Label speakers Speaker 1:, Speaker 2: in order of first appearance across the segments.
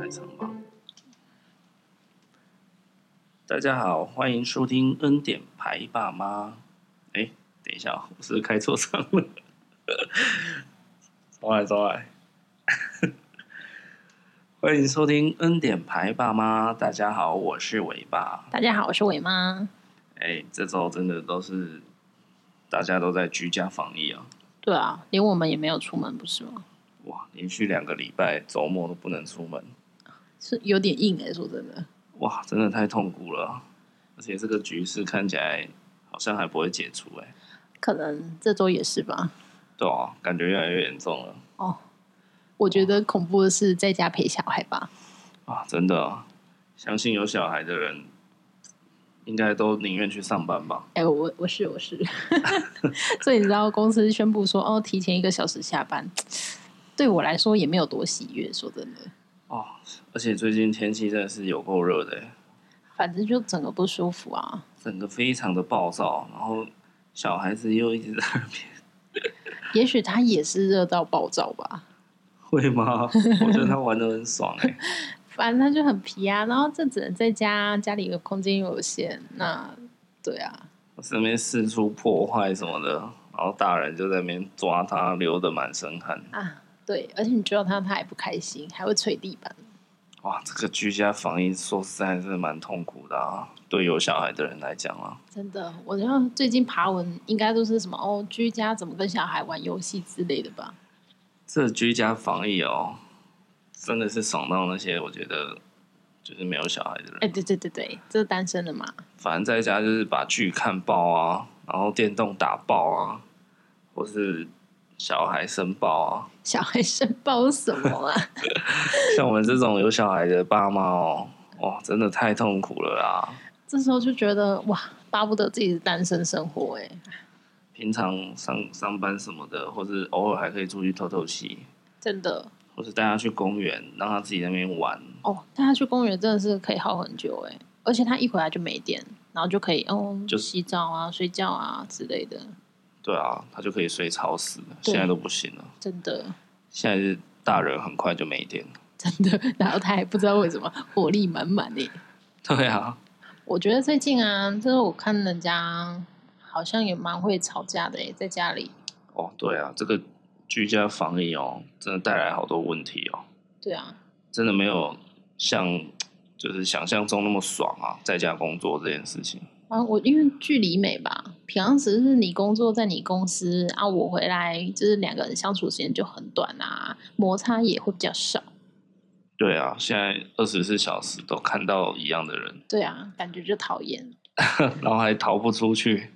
Speaker 1: 开场吧。大家好，欢迎收听《恩典牌爸妈》。哎，等一下哦，我是不是开错场了。 重来，重来。 欢迎收听《恩典牌爸妈》。大家好，我是伟爸。
Speaker 2: 大家好，我是伟妈。
Speaker 1: 哎，这周真的都是大家都在居家防疫啊！
Speaker 2: 对啊，连我们也没有出门，不是吗？
Speaker 1: 哇，连续两个礼拜周末都不能出门，
Speaker 2: 是有点硬哎、说真的。
Speaker 1: 哇，真的太痛苦了啊。而且这个局势看起来好像还不会解除、哎，
Speaker 2: 可能这周也是吧。
Speaker 1: 对啊，感觉越来越严重了
Speaker 2: 哦，我觉得恐怖的是在家陪小孩吧。
Speaker 1: 啊！真的啊，相信有小孩的人应该都宁愿去上班吧？
Speaker 2: 哎、我我是我是， 所以你知道公司宣布说哦，提前一个小时下班，对我来说也没有多喜悦。说真的，
Speaker 1: 哦，而且最近天气真的是有够热的、哎
Speaker 2: 反正就整个不舒服啊。
Speaker 1: 整个非常的暴躁，然后小孩子又一直在那边。
Speaker 2: 也许他也是热到暴躁吧，
Speaker 1: 会吗？我觉得他玩的很爽哎、
Speaker 2: 反正他就很皮啊。然后这只能在家，家里的空间又有限，那对啊，
Speaker 1: 我身边四处破坏什么的，然后大人就在那边抓他，流的满身汗。
Speaker 2: 啊，对，而且你知道他，他还不开心，还会捶地板。
Speaker 1: 哇，这个居家防疫说实在是蛮痛苦的啊，对有小孩的人来讲啊，
Speaker 2: 真的，我知道最近爬文应该都是什么哦，居家怎么跟小孩玩游戏之类的吧？
Speaker 1: 这居家防疫哦，真的是爽到那些我觉得就是没有小孩的人，
Speaker 2: 哎、对对对对，这是单身的嘛？
Speaker 1: 反正在家就是把剧看爆啊，然后电动打爆啊，或是小孩生爆啊。
Speaker 2: 小孩生包什么啊？
Speaker 1: 像我们这种有小孩的爸妈哦，哇，真的太痛苦了啦！
Speaker 2: 这时候就觉得哇，巴不得自己是单身生活哎、
Speaker 1: 平常上上班什么的，或是偶尔还可以出去透透气，
Speaker 2: 真的
Speaker 1: 或是带他去公园，让他自己在那边玩。
Speaker 2: 哦，带他去公园真的是可以耗很久哎、而且他一回来就没电，然后就可以哦，
Speaker 1: 就
Speaker 2: 洗澡啊、睡觉啊之类的，
Speaker 1: 对啊，他就可以睡超死了。
Speaker 2: 对
Speaker 1: 现在都不行了，
Speaker 2: 真的
Speaker 1: 现在是大人很快就没电了。
Speaker 2: 真的，然后他还不知道为什么活力满满哎、
Speaker 1: 对啊，
Speaker 2: 我觉得最近啊，就是我看人家好像也蛮会吵架的欸耶，在家里。
Speaker 1: 哦，对啊，这个居家防疫哦，真的带来好多问题哦，
Speaker 2: 对啊，
Speaker 1: 真的没有像就是想象中那么爽啊，在家工作这件事情。
Speaker 2: 啊，我因为距离美吧，平常只是你工作在你公司啊，我回来就是两个人相处时间就很短啊，摩擦也会比较少。
Speaker 1: 对啊，现在二十四小时都看到一样的人，
Speaker 2: 对啊，感觉就讨厌。
Speaker 1: 然后还逃不出去。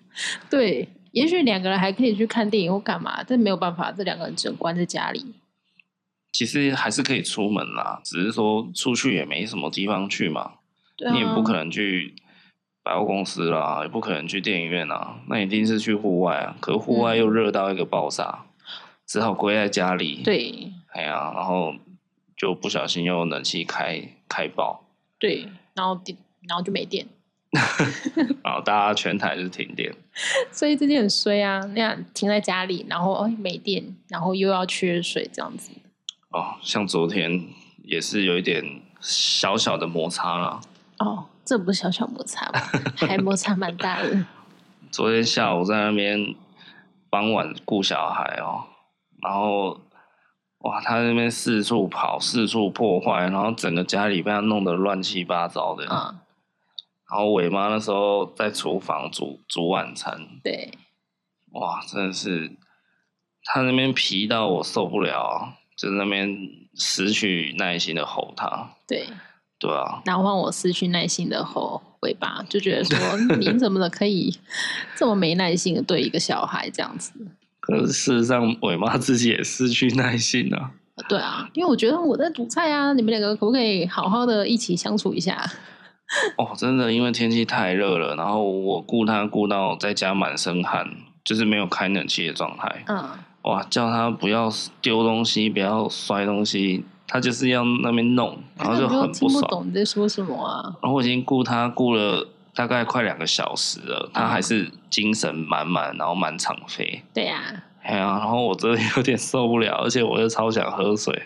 Speaker 2: 对，也许两个人还可以去看电影或干嘛，但没有办法，这两个人只能关在家里。
Speaker 1: 其实还是可以出门啦，只是说出去也没什么地方去嘛，
Speaker 2: 对啊，
Speaker 1: 你也不可能去百货公司啦，也不可能去电影院啊，那一定是去户外啊。可户
Speaker 2: 嗯
Speaker 1: 外又热到一个爆炸，只好归在家里。，
Speaker 2: 对
Speaker 1: 哎呀，然后就不小心又冷气开开爆，
Speaker 2: 对，然后电然后就没电，
Speaker 1: 然后大家全台就停电。
Speaker 2: 所以最近很衰啊，那样停在家里，然后哎没电，然后又要缺水这样子。
Speaker 1: 哦，像昨天也是有一点小小的摩擦啦。
Speaker 2: 哦，这不是小小摩擦 吗？还摩擦蛮大的。
Speaker 1: 昨天下午在那边傍晚顾小孩哦，然后哇，他在那边四处跑，四处破坏，然后整个家里被他弄得乱七八糟的。
Speaker 2: 嗯，
Speaker 1: 然后伟妈那时候在厨房煮煮晚餐，
Speaker 2: 对，
Speaker 1: 哇，真的是他那边皮到我受不了啊，就在那边失去耐心的吼他。
Speaker 2: 对，
Speaker 1: 对啊，
Speaker 2: 然后让我失去耐心的吼尾巴，就觉得说你怎么的可以这么没耐心的对一个小孩这样子？
Speaker 1: 可是事实上，伟妈自己也失去耐心了、
Speaker 2: 呃对啊，因为我觉得我在煮菜啊，你们两个可不可以好好的一起相处一下？
Speaker 1: 哦，真的，因为天气太热了，然后我顾他顾到在家满身汗，就是没有开冷气的状态。
Speaker 2: 嗯，
Speaker 1: 哇，叫他不要丢东西，不要摔东西，他就是要那边弄，然后就
Speaker 2: 根本
Speaker 1: 很
Speaker 2: 听
Speaker 1: 不
Speaker 2: 不
Speaker 1: 爽。
Speaker 2: 懂你在说什么啊？
Speaker 1: 然后我已经顾他顾了大概快两个小时了，他还是精神满满，然后满场飞。
Speaker 2: 对呀、啊，
Speaker 1: 哎呀，然后我真的有点受不了，而且我又超想喝水，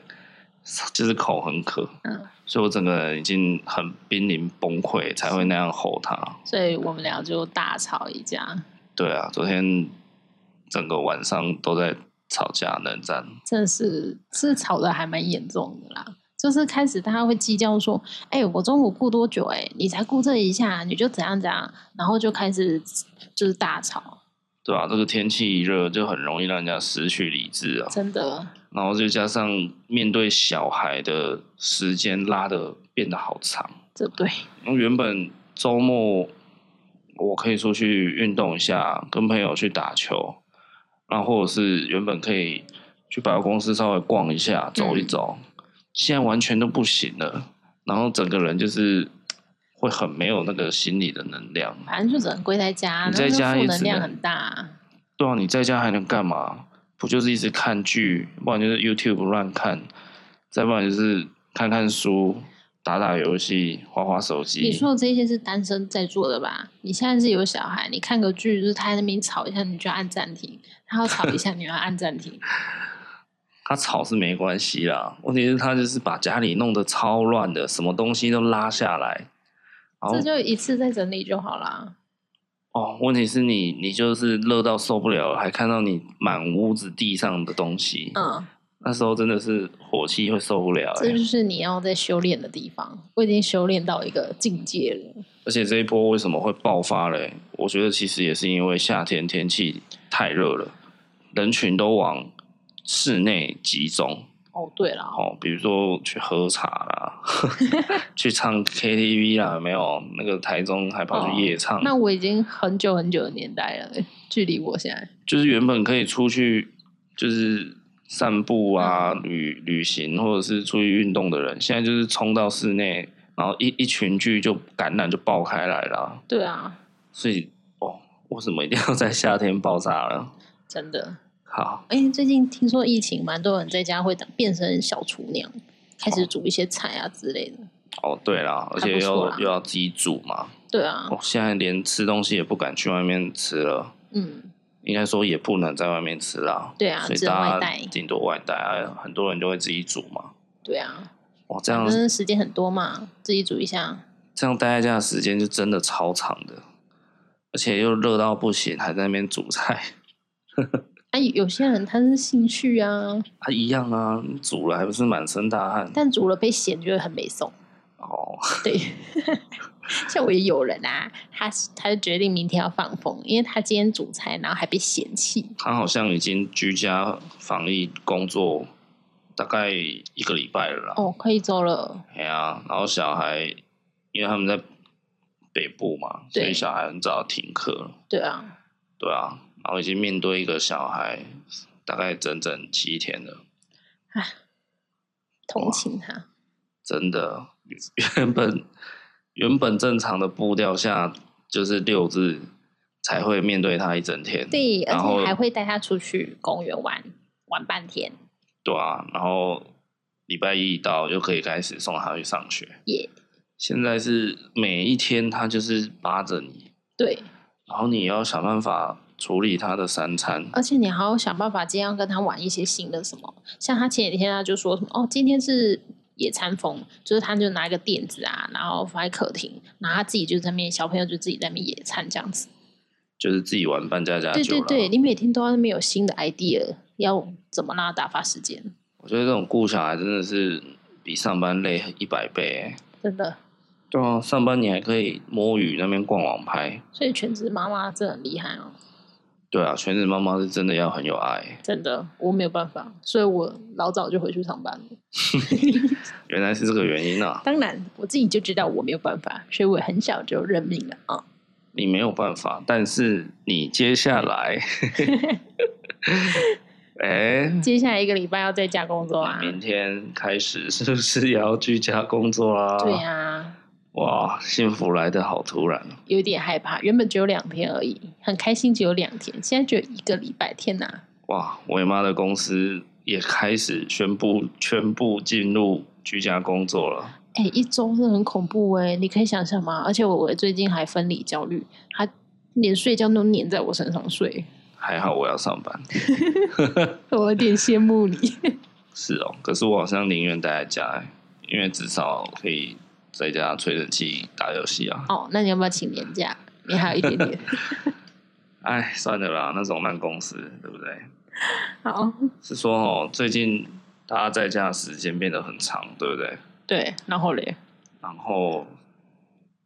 Speaker 1: 就是口很渴，
Speaker 2: 嗯，
Speaker 1: 所以我整个人已经很濒临崩溃，才会那样吼他。
Speaker 2: 所以我们俩就大吵一架，
Speaker 1: 对啊，昨天整个晚上都在吵架冷战，
Speaker 2: 真的是是吵得还蛮严重的啦。就是开始大家会计较说，哎、我中午顾多久、哎，你才顾这一下，你就怎样怎样，然后就开始就是大吵，
Speaker 1: 对啊，这个天气一热就很容易让人家失去理智啊。
Speaker 2: 真的，
Speaker 1: 然后再加上面对小孩的时间拉的变得好长，
Speaker 2: 这对，
Speaker 1: 那原本周末我可以出去运动一下，跟朋友去打球，然后或者是原本可以去百货公司稍微逛一下、走
Speaker 2: 嗯
Speaker 1: 一走，现在完全都不行了，然后整个人就是会很没有那个心理的能量。
Speaker 2: 反正就只能归在家，
Speaker 1: 你在家
Speaker 2: 然后
Speaker 1: 也
Speaker 2: 就负能
Speaker 1: 只
Speaker 2: 量
Speaker 1: 能
Speaker 2: 很大，
Speaker 1: 对啊，你在家还能干嘛？不就是一直看剧，不然就是 YouTube 乱看，再不然就是看看书、打打游戏、滑滑手机。
Speaker 2: 你说的这些是单身在做的吧？你现在是有小孩，你看个剧就是他在那边吵一下，你就按暂停；他要吵一下，你要按 暂停。
Speaker 1: 他吵是没关系啦，问题是他就是把家里弄得超乱的，什么东西都拉下来。然后
Speaker 2: 这就一次再整理就好啦。
Speaker 1: 哦，问题是你你就是热到受不了，还看到你满屋子地上的东西，
Speaker 2: 嗯，
Speaker 1: 那时候真的是火气会受不了、
Speaker 2: 这就
Speaker 1: 欸。
Speaker 2: 是你要在修炼的地方。我已经修炼到一个境界了。
Speaker 1: 而且这一波为什么会爆发嘞？我觉得其实也是因为夏天天气太热了，人群都往室内集中。
Speaker 2: 哦，对了，
Speaker 1: 哦，比如说去喝茶啦， 去唱 KTV 啦，有没有？那个台中还跑去夜唱，
Speaker 2: 哦那我已经很久很久的年代了， 距离我现在
Speaker 1: 就是原本可以出去就是散步啊、
Speaker 2: 嗯
Speaker 1: 旅旅行或者是出去运动的人，现在就是冲到室内，然后一一群聚就感染就爆开来啦。
Speaker 2: 对啊，
Speaker 1: 所以哦，为什么一定要在夏天爆炸了？
Speaker 2: 真的。
Speaker 1: 好，
Speaker 2: 哎、最近听说疫情，蛮多人在家会当变成小厨娘，开始煮一些菜啊之类的。
Speaker 1: 哦对啦，而
Speaker 2: 还
Speaker 1: 且
Speaker 2: 不错啊
Speaker 1: 又
Speaker 2: 啦
Speaker 1: 又要自己煮嘛，
Speaker 2: 对啊，
Speaker 1: 哦，现在连吃东西也不敢去外面吃了。
Speaker 2: 嗯，
Speaker 1: 应该说也不能在外面吃啦，
Speaker 2: 对啊
Speaker 1: 所以
Speaker 2: 只能
Speaker 1: 大
Speaker 2: 外
Speaker 1: 家
Speaker 2: 带
Speaker 1: 顶多外带啊，很多人就会自己煮嘛。
Speaker 2: 对啊，
Speaker 1: 哦，这样
Speaker 2: 反正时间很多嘛，自己煮一下。
Speaker 1: 这样待在家的时间就真的超长的，而且又热到不行，还在那边煮菜，
Speaker 2: 啊，有些人他是兴趣啊，
Speaker 1: 啊一样啊，你煮了还不是满身大汗
Speaker 2: 但煮了被嫌就会很没送。
Speaker 1: 哦，
Speaker 2: 对， 像我也有人啊，他他就决定明天要放风，因为他今天煮菜，然后还被嫌弃。
Speaker 1: 他好像已经居家防疫工作大概一个礼拜了啦，
Speaker 2: 哦，快一周了，
Speaker 1: 哎呀、然后小孩因为他们在北部嘛，所
Speaker 2: 对
Speaker 1: 以小孩很早停课了。
Speaker 2: 对啊，
Speaker 1: 对啊，然后已经面对一个小孩，大概整整七天了，
Speaker 2: 同情他。
Speaker 1: 真的 原本原本正常的步调下就是六日才会面对他一整天，
Speaker 2: 对，而
Speaker 1: 然后
Speaker 2: 且还会带他出去公园玩玩半天，
Speaker 1: 对啊，然后礼拜一到就可以开始送他去上学。
Speaker 2: 也、
Speaker 1: 现在是每一天他就是扒着你，
Speaker 2: 对，
Speaker 1: 然后你要想办法处理他的三餐，
Speaker 2: 而且你还要想办法尽量跟他玩一些新的什么，像他前几天他就说什么哦，今天是野餐风，就是他就拿一个垫子啊，然后放在客厅，然后他自己就在那边小朋友就自己在那边野餐这样子。
Speaker 1: 就是自己玩扮家家
Speaker 2: 对
Speaker 1: 酒
Speaker 2: 对
Speaker 1: 了。哦
Speaker 2: 对，你每天都要那边有新的 idea，要怎么让他打发时间？
Speaker 1: 我觉得这种顾小孩真的是比上班累一百倍、欸。
Speaker 2: 真的，
Speaker 1: 对啊，上班你还可以摸鱼，那边逛网拍。
Speaker 2: 所以全职妈妈真的很厉害哦，
Speaker 1: 对啊，全职妈妈是真的要很有爱。
Speaker 2: 真的，我没有办法，所以我老早就回去上班了。
Speaker 1: 原来是这个原因啊，
Speaker 2: 当然，我自己就知道我没有办法，所以我很小就认命了啊。
Speaker 1: 你没有办法，但是你接下来，哎、
Speaker 2: 接下来一个礼拜要在家工作啊
Speaker 1: 你，明天开始是不是也要居家工作啦？
Speaker 2: 对、啊，
Speaker 1: 哇，幸福来的好突然哦。
Speaker 2: 有点害怕，原本只有两天而已，很开心只有两天，现在只有一个礼拜，天哪！
Speaker 1: 哇，伟妈的公司也开始宣布全部进入居家工作了。
Speaker 2: 哎、一周是很恐怖哎、你可以想象吗？而且我我最近还分离焦虑，他连睡觉都黏在我身上睡，
Speaker 1: 还好我要上班，
Speaker 2: 我有点羡慕你。
Speaker 1: 是哦，可是我好像宁愿待在家、欸，因为至少可以在家吹冷气、打游戏啊。
Speaker 2: 哦，那你要不要请年假？你还有一 点点。
Speaker 1: 哎，算了啦，那种慢公司，对不对？
Speaker 2: 好，
Speaker 1: 是说哦，最近大家在家的时间变得很长，对不对？
Speaker 2: 对，然后嘞，
Speaker 1: 然后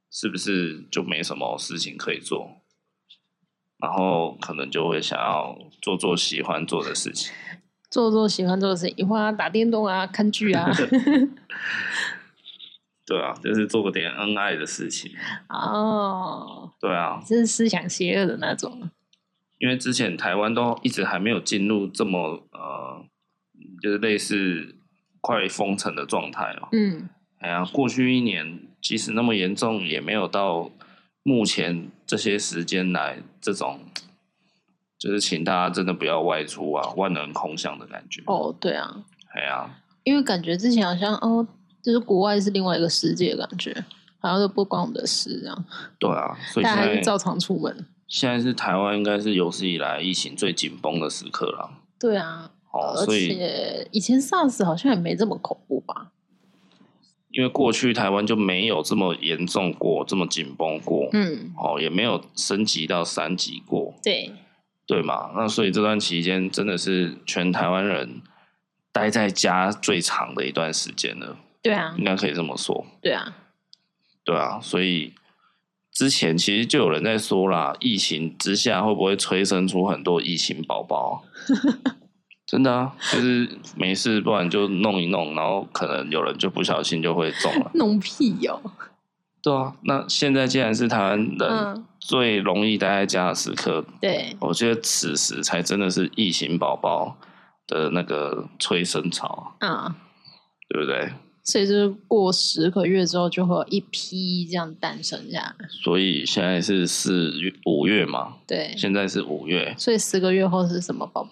Speaker 1: 是不是就没什么事情可以做？然后可能就会想要做做喜欢做的事情。
Speaker 2: 做做喜欢做的事情，一会儿打电动啊，看剧 啊。
Speaker 1: 对啊，就是做点恩爱的事情。
Speaker 2: 哦，
Speaker 1: 对啊，
Speaker 2: 这是思想邪恶的那种。
Speaker 1: 因为之前台湾都一直还没有进入这么呃，就是类似快封城的状态哦。
Speaker 2: 嗯，
Speaker 1: 哎呀，过去一年即使那么严重，也没有到目前这些时间来这种，就是请大家真的不要外出啊，万人空巷的感觉。
Speaker 2: 哦，对啊，
Speaker 1: 哎呀，
Speaker 2: 因为感觉之前好像哦，就是国外是另外一个世界的感觉，好像都不关我们的事这样，
Speaker 1: 对啊，所以
Speaker 2: 但还是
Speaker 1: 现在
Speaker 2: 照常出门。
Speaker 1: 现在是台湾应该是有史以来疫情最紧绷的时刻了。
Speaker 2: 对啊，
Speaker 1: 哦，
Speaker 2: 而
Speaker 1: 所以
Speaker 2: 且以前 SARS 好像也没这么恐怖吧？
Speaker 1: 因为过去台湾就没有这么严重过，这么紧绷过，
Speaker 2: 嗯，
Speaker 1: 哦，也没有升级到三级过，
Speaker 2: 对，
Speaker 1: 对嘛？那所以这段期间真的是全台湾人待在家最长的一段时间了，
Speaker 2: 对啊
Speaker 1: 应，该可以这么说，
Speaker 2: 对啊，
Speaker 1: 对啊。所以之前其实就有人在说啦，疫情之下会不会催生出很多疫情宝宝？ 真的啊，就是没事，不然就弄一弄，然后可能有人就不小心就会中了。
Speaker 2: 弄屁哦哟、
Speaker 1: 对啊，那现在既然是台湾人
Speaker 2: 嗯
Speaker 1: 最容易待在家的时刻，
Speaker 2: 对，
Speaker 1: 我觉得此时才真的是疫情宝宝的那个催生潮，
Speaker 2: 啊、
Speaker 1: 对不对？
Speaker 2: 所以就是过十个月之后，就会有一批这样诞生下来。
Speaker 1: 所以现在是四月五月嘛，
Speaker 2: 对，
Speaker 1: 现在是五月，
Speaker 2: 所以十个月后是什么宝宝？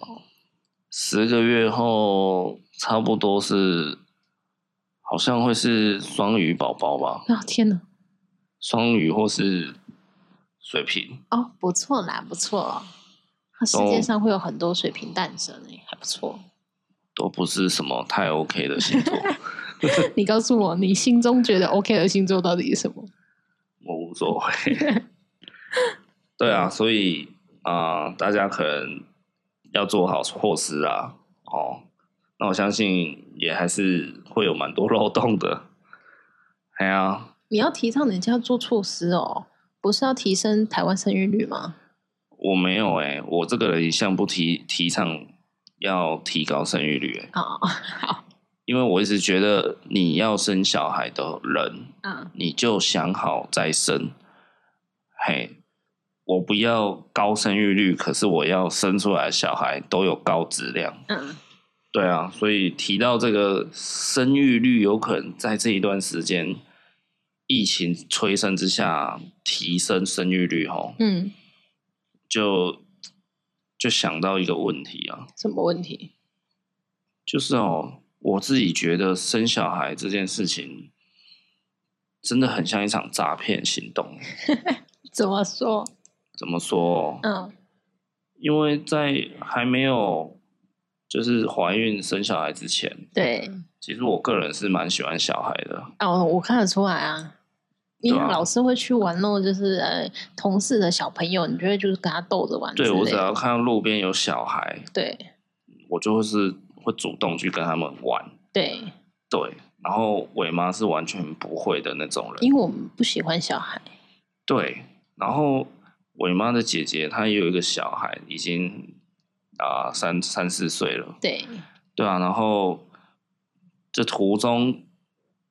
Speaker 1: 十个月后差不多是，好像会是双鱼宝宝吧，
Speaker 2: 啊，天哪！
Speaker 1: 双鱼或是水瓶，
Speaker 2: 哦，不错啦，不错哦。那世界上会有很多水瓶诞生诶、还不错。
Speaker 1: 都不是什么太 OK 的星座，
Speaker 2: 你告诉我，你心中觉得 OK 的星座到底是什么？
Speaker 1: 我无所谓。 对啊，所以啊、呃大家可能要做好措施啊。哦，那我相信也还是会有蛮多漏洞的。哎呀、
Speaker 2: 你要提倡人家做措施哦，不是要提升台湾生育率吗？
Speaker 1: 我没有哎、我这个人一向不提提倡要提高生育率、欸，
Speaker 2: 啊、哦，好，
Speaker 1: 因为我一直觉得你要生小孩的人，
Speaker 2: 嗯，
Speaker 1: 你就想好再生。嘿，我不要高生育率，可是我要生出来的小孩都有高质量。
Speaker 2: 嗯，
Speaker 1: 对啊，所以提到这个生育率，有可能在这一段时间疫情催生之下提升生育率，吼，
Speaker 2: 嗯，
Speaker 1: 就就想到一个问题啊，
Speaker 2: 什么问题？
Speaker 1: 就是哦，我自己觉得生小孩这件事情真的很像一场诈骗行动。
Speaker 2: 怎么说？
Speaker 1: 怎么说？哦
Speaker 2: 嗯
Speaker 1: 因为在还没有就是怀孕生小孩之前，，
Speaker 2: 对，
Speaker 1: 其实我个人是蛮喜欢小孩的。
Speaker 2: 哦，我看得出来啊。你
Speaker 1: 对啊
Speaker 2: 老是会去玩弄，就是呃同事的小朋友，你就会就是跟他逗着玩之类
Speaker 1: 对
Speaker 2: 的。
Speaker 1: 我只要看到路边有小孩，
Speaker 2: 对
Speaker 1: 我就会是会主动去跟他们玩。
Speaker 2: 对，
Speaker 1: 对，然后伟妈是完全不会的那种人。
Speaker 2: 因为我们不喜欢小孩。
Speaker 1: 对，然后伟妈的姐姐她也有一个小孩，已经啊、三三四岁了。
Speaker 2: 对，
Speaker 1: 对啊，然后这途中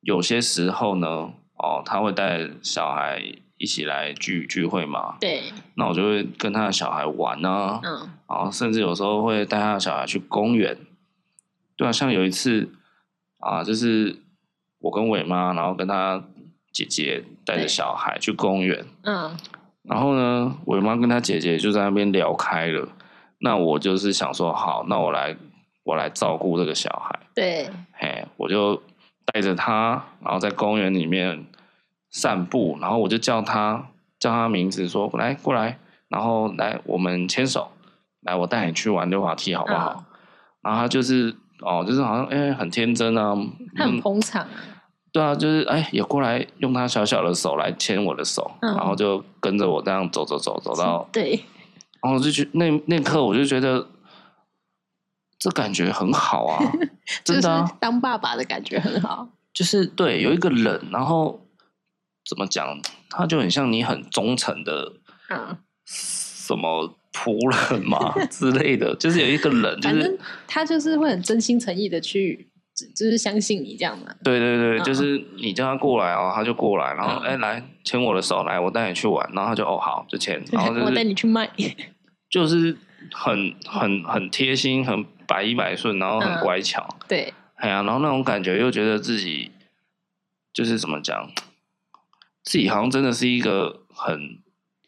Speaker 1: 有些时候呢，哦，他会带小孩一起来聚聚会嘛，
Speaker 2: 对，
Speaker 1: 那我就会跟他的小孩玩啊，
Speaker 2: 嗯，
Speaker 1: 然后甚至有时候会带他的小孩去公园。对啊，像有一次啊，就是我跟伟妈，然后跟她姐姐带着
Speaker 2: 对
Speaker 1: 小孩去公园，
Speaker 2: 嗯，
Speaker 1: 然后呢，我妈跟她姐姐就在那边聊开了。那我就是想说，好，那我来我来照顾这个小孩，
Speaker 2: 对，
Speaker 1: 嘿，我就带着他，然后在公园里面散步，然后我就叫他叫他名字说，来过来，然
Speaker 2: 嗯
Speaker 1: 后来我们牵手，来我带你去玩溜滑梯好不好？然后他就是哦，就是好像哎、很天真啊，
Speaker 2: 他很
Speaker 1: 嗯
Speaker 2: 捧场啊，
Speaker 1: 对啊，就是哎、也过来用他小小的手来牵我的手，
Speaker 2: 嗯
Speaker 1: 然后就跟着我这样走走走走到，
Speaker 2: 对，
Speaker 1: 然后我就觉那那刻我就觉得这感觉很好 啊，
Speaker 2: 就
Speaker 1: 真
Speaker 2: 是
Speaker 1: 的啊、
Speaker 2: 当爸爸的感觉很好，
Speaker 1: 就是对，有一个人，然后怎么讲，他就很像你很忠诚的
Speaker 2: 嗯，
Speaker 1: 什么仆人 嘛之类的，就是有一个人，就
Speaker 2: 反
Speaker 1: 是
Speaker 2: 正他就是会很真心诚意的去，只就是相信你这样嘛，
Speaker 1: 对对对，
Speaker 2: 嗯
Speaker 1: 就是你叫他过来哦，他就过来，然后
Speaker 2: 嗯
Speaker 1: 哎、来牵我的手，来我带你去玩，然后他就哦好就牵，然后就
Speaker 2: 我带
Speaker 1: 是
Speaker 2: 你去卖，
Speaker 1: 就是很很很贴心，很百依百顺，然后很
Speaker 2: 嗯
Speaker 1: 乖巧，
Speaker 2: 对，
Speaker 1: 哎呀，然后那种感觉又觉得自己就是怎么讲，自己好像真的是一个很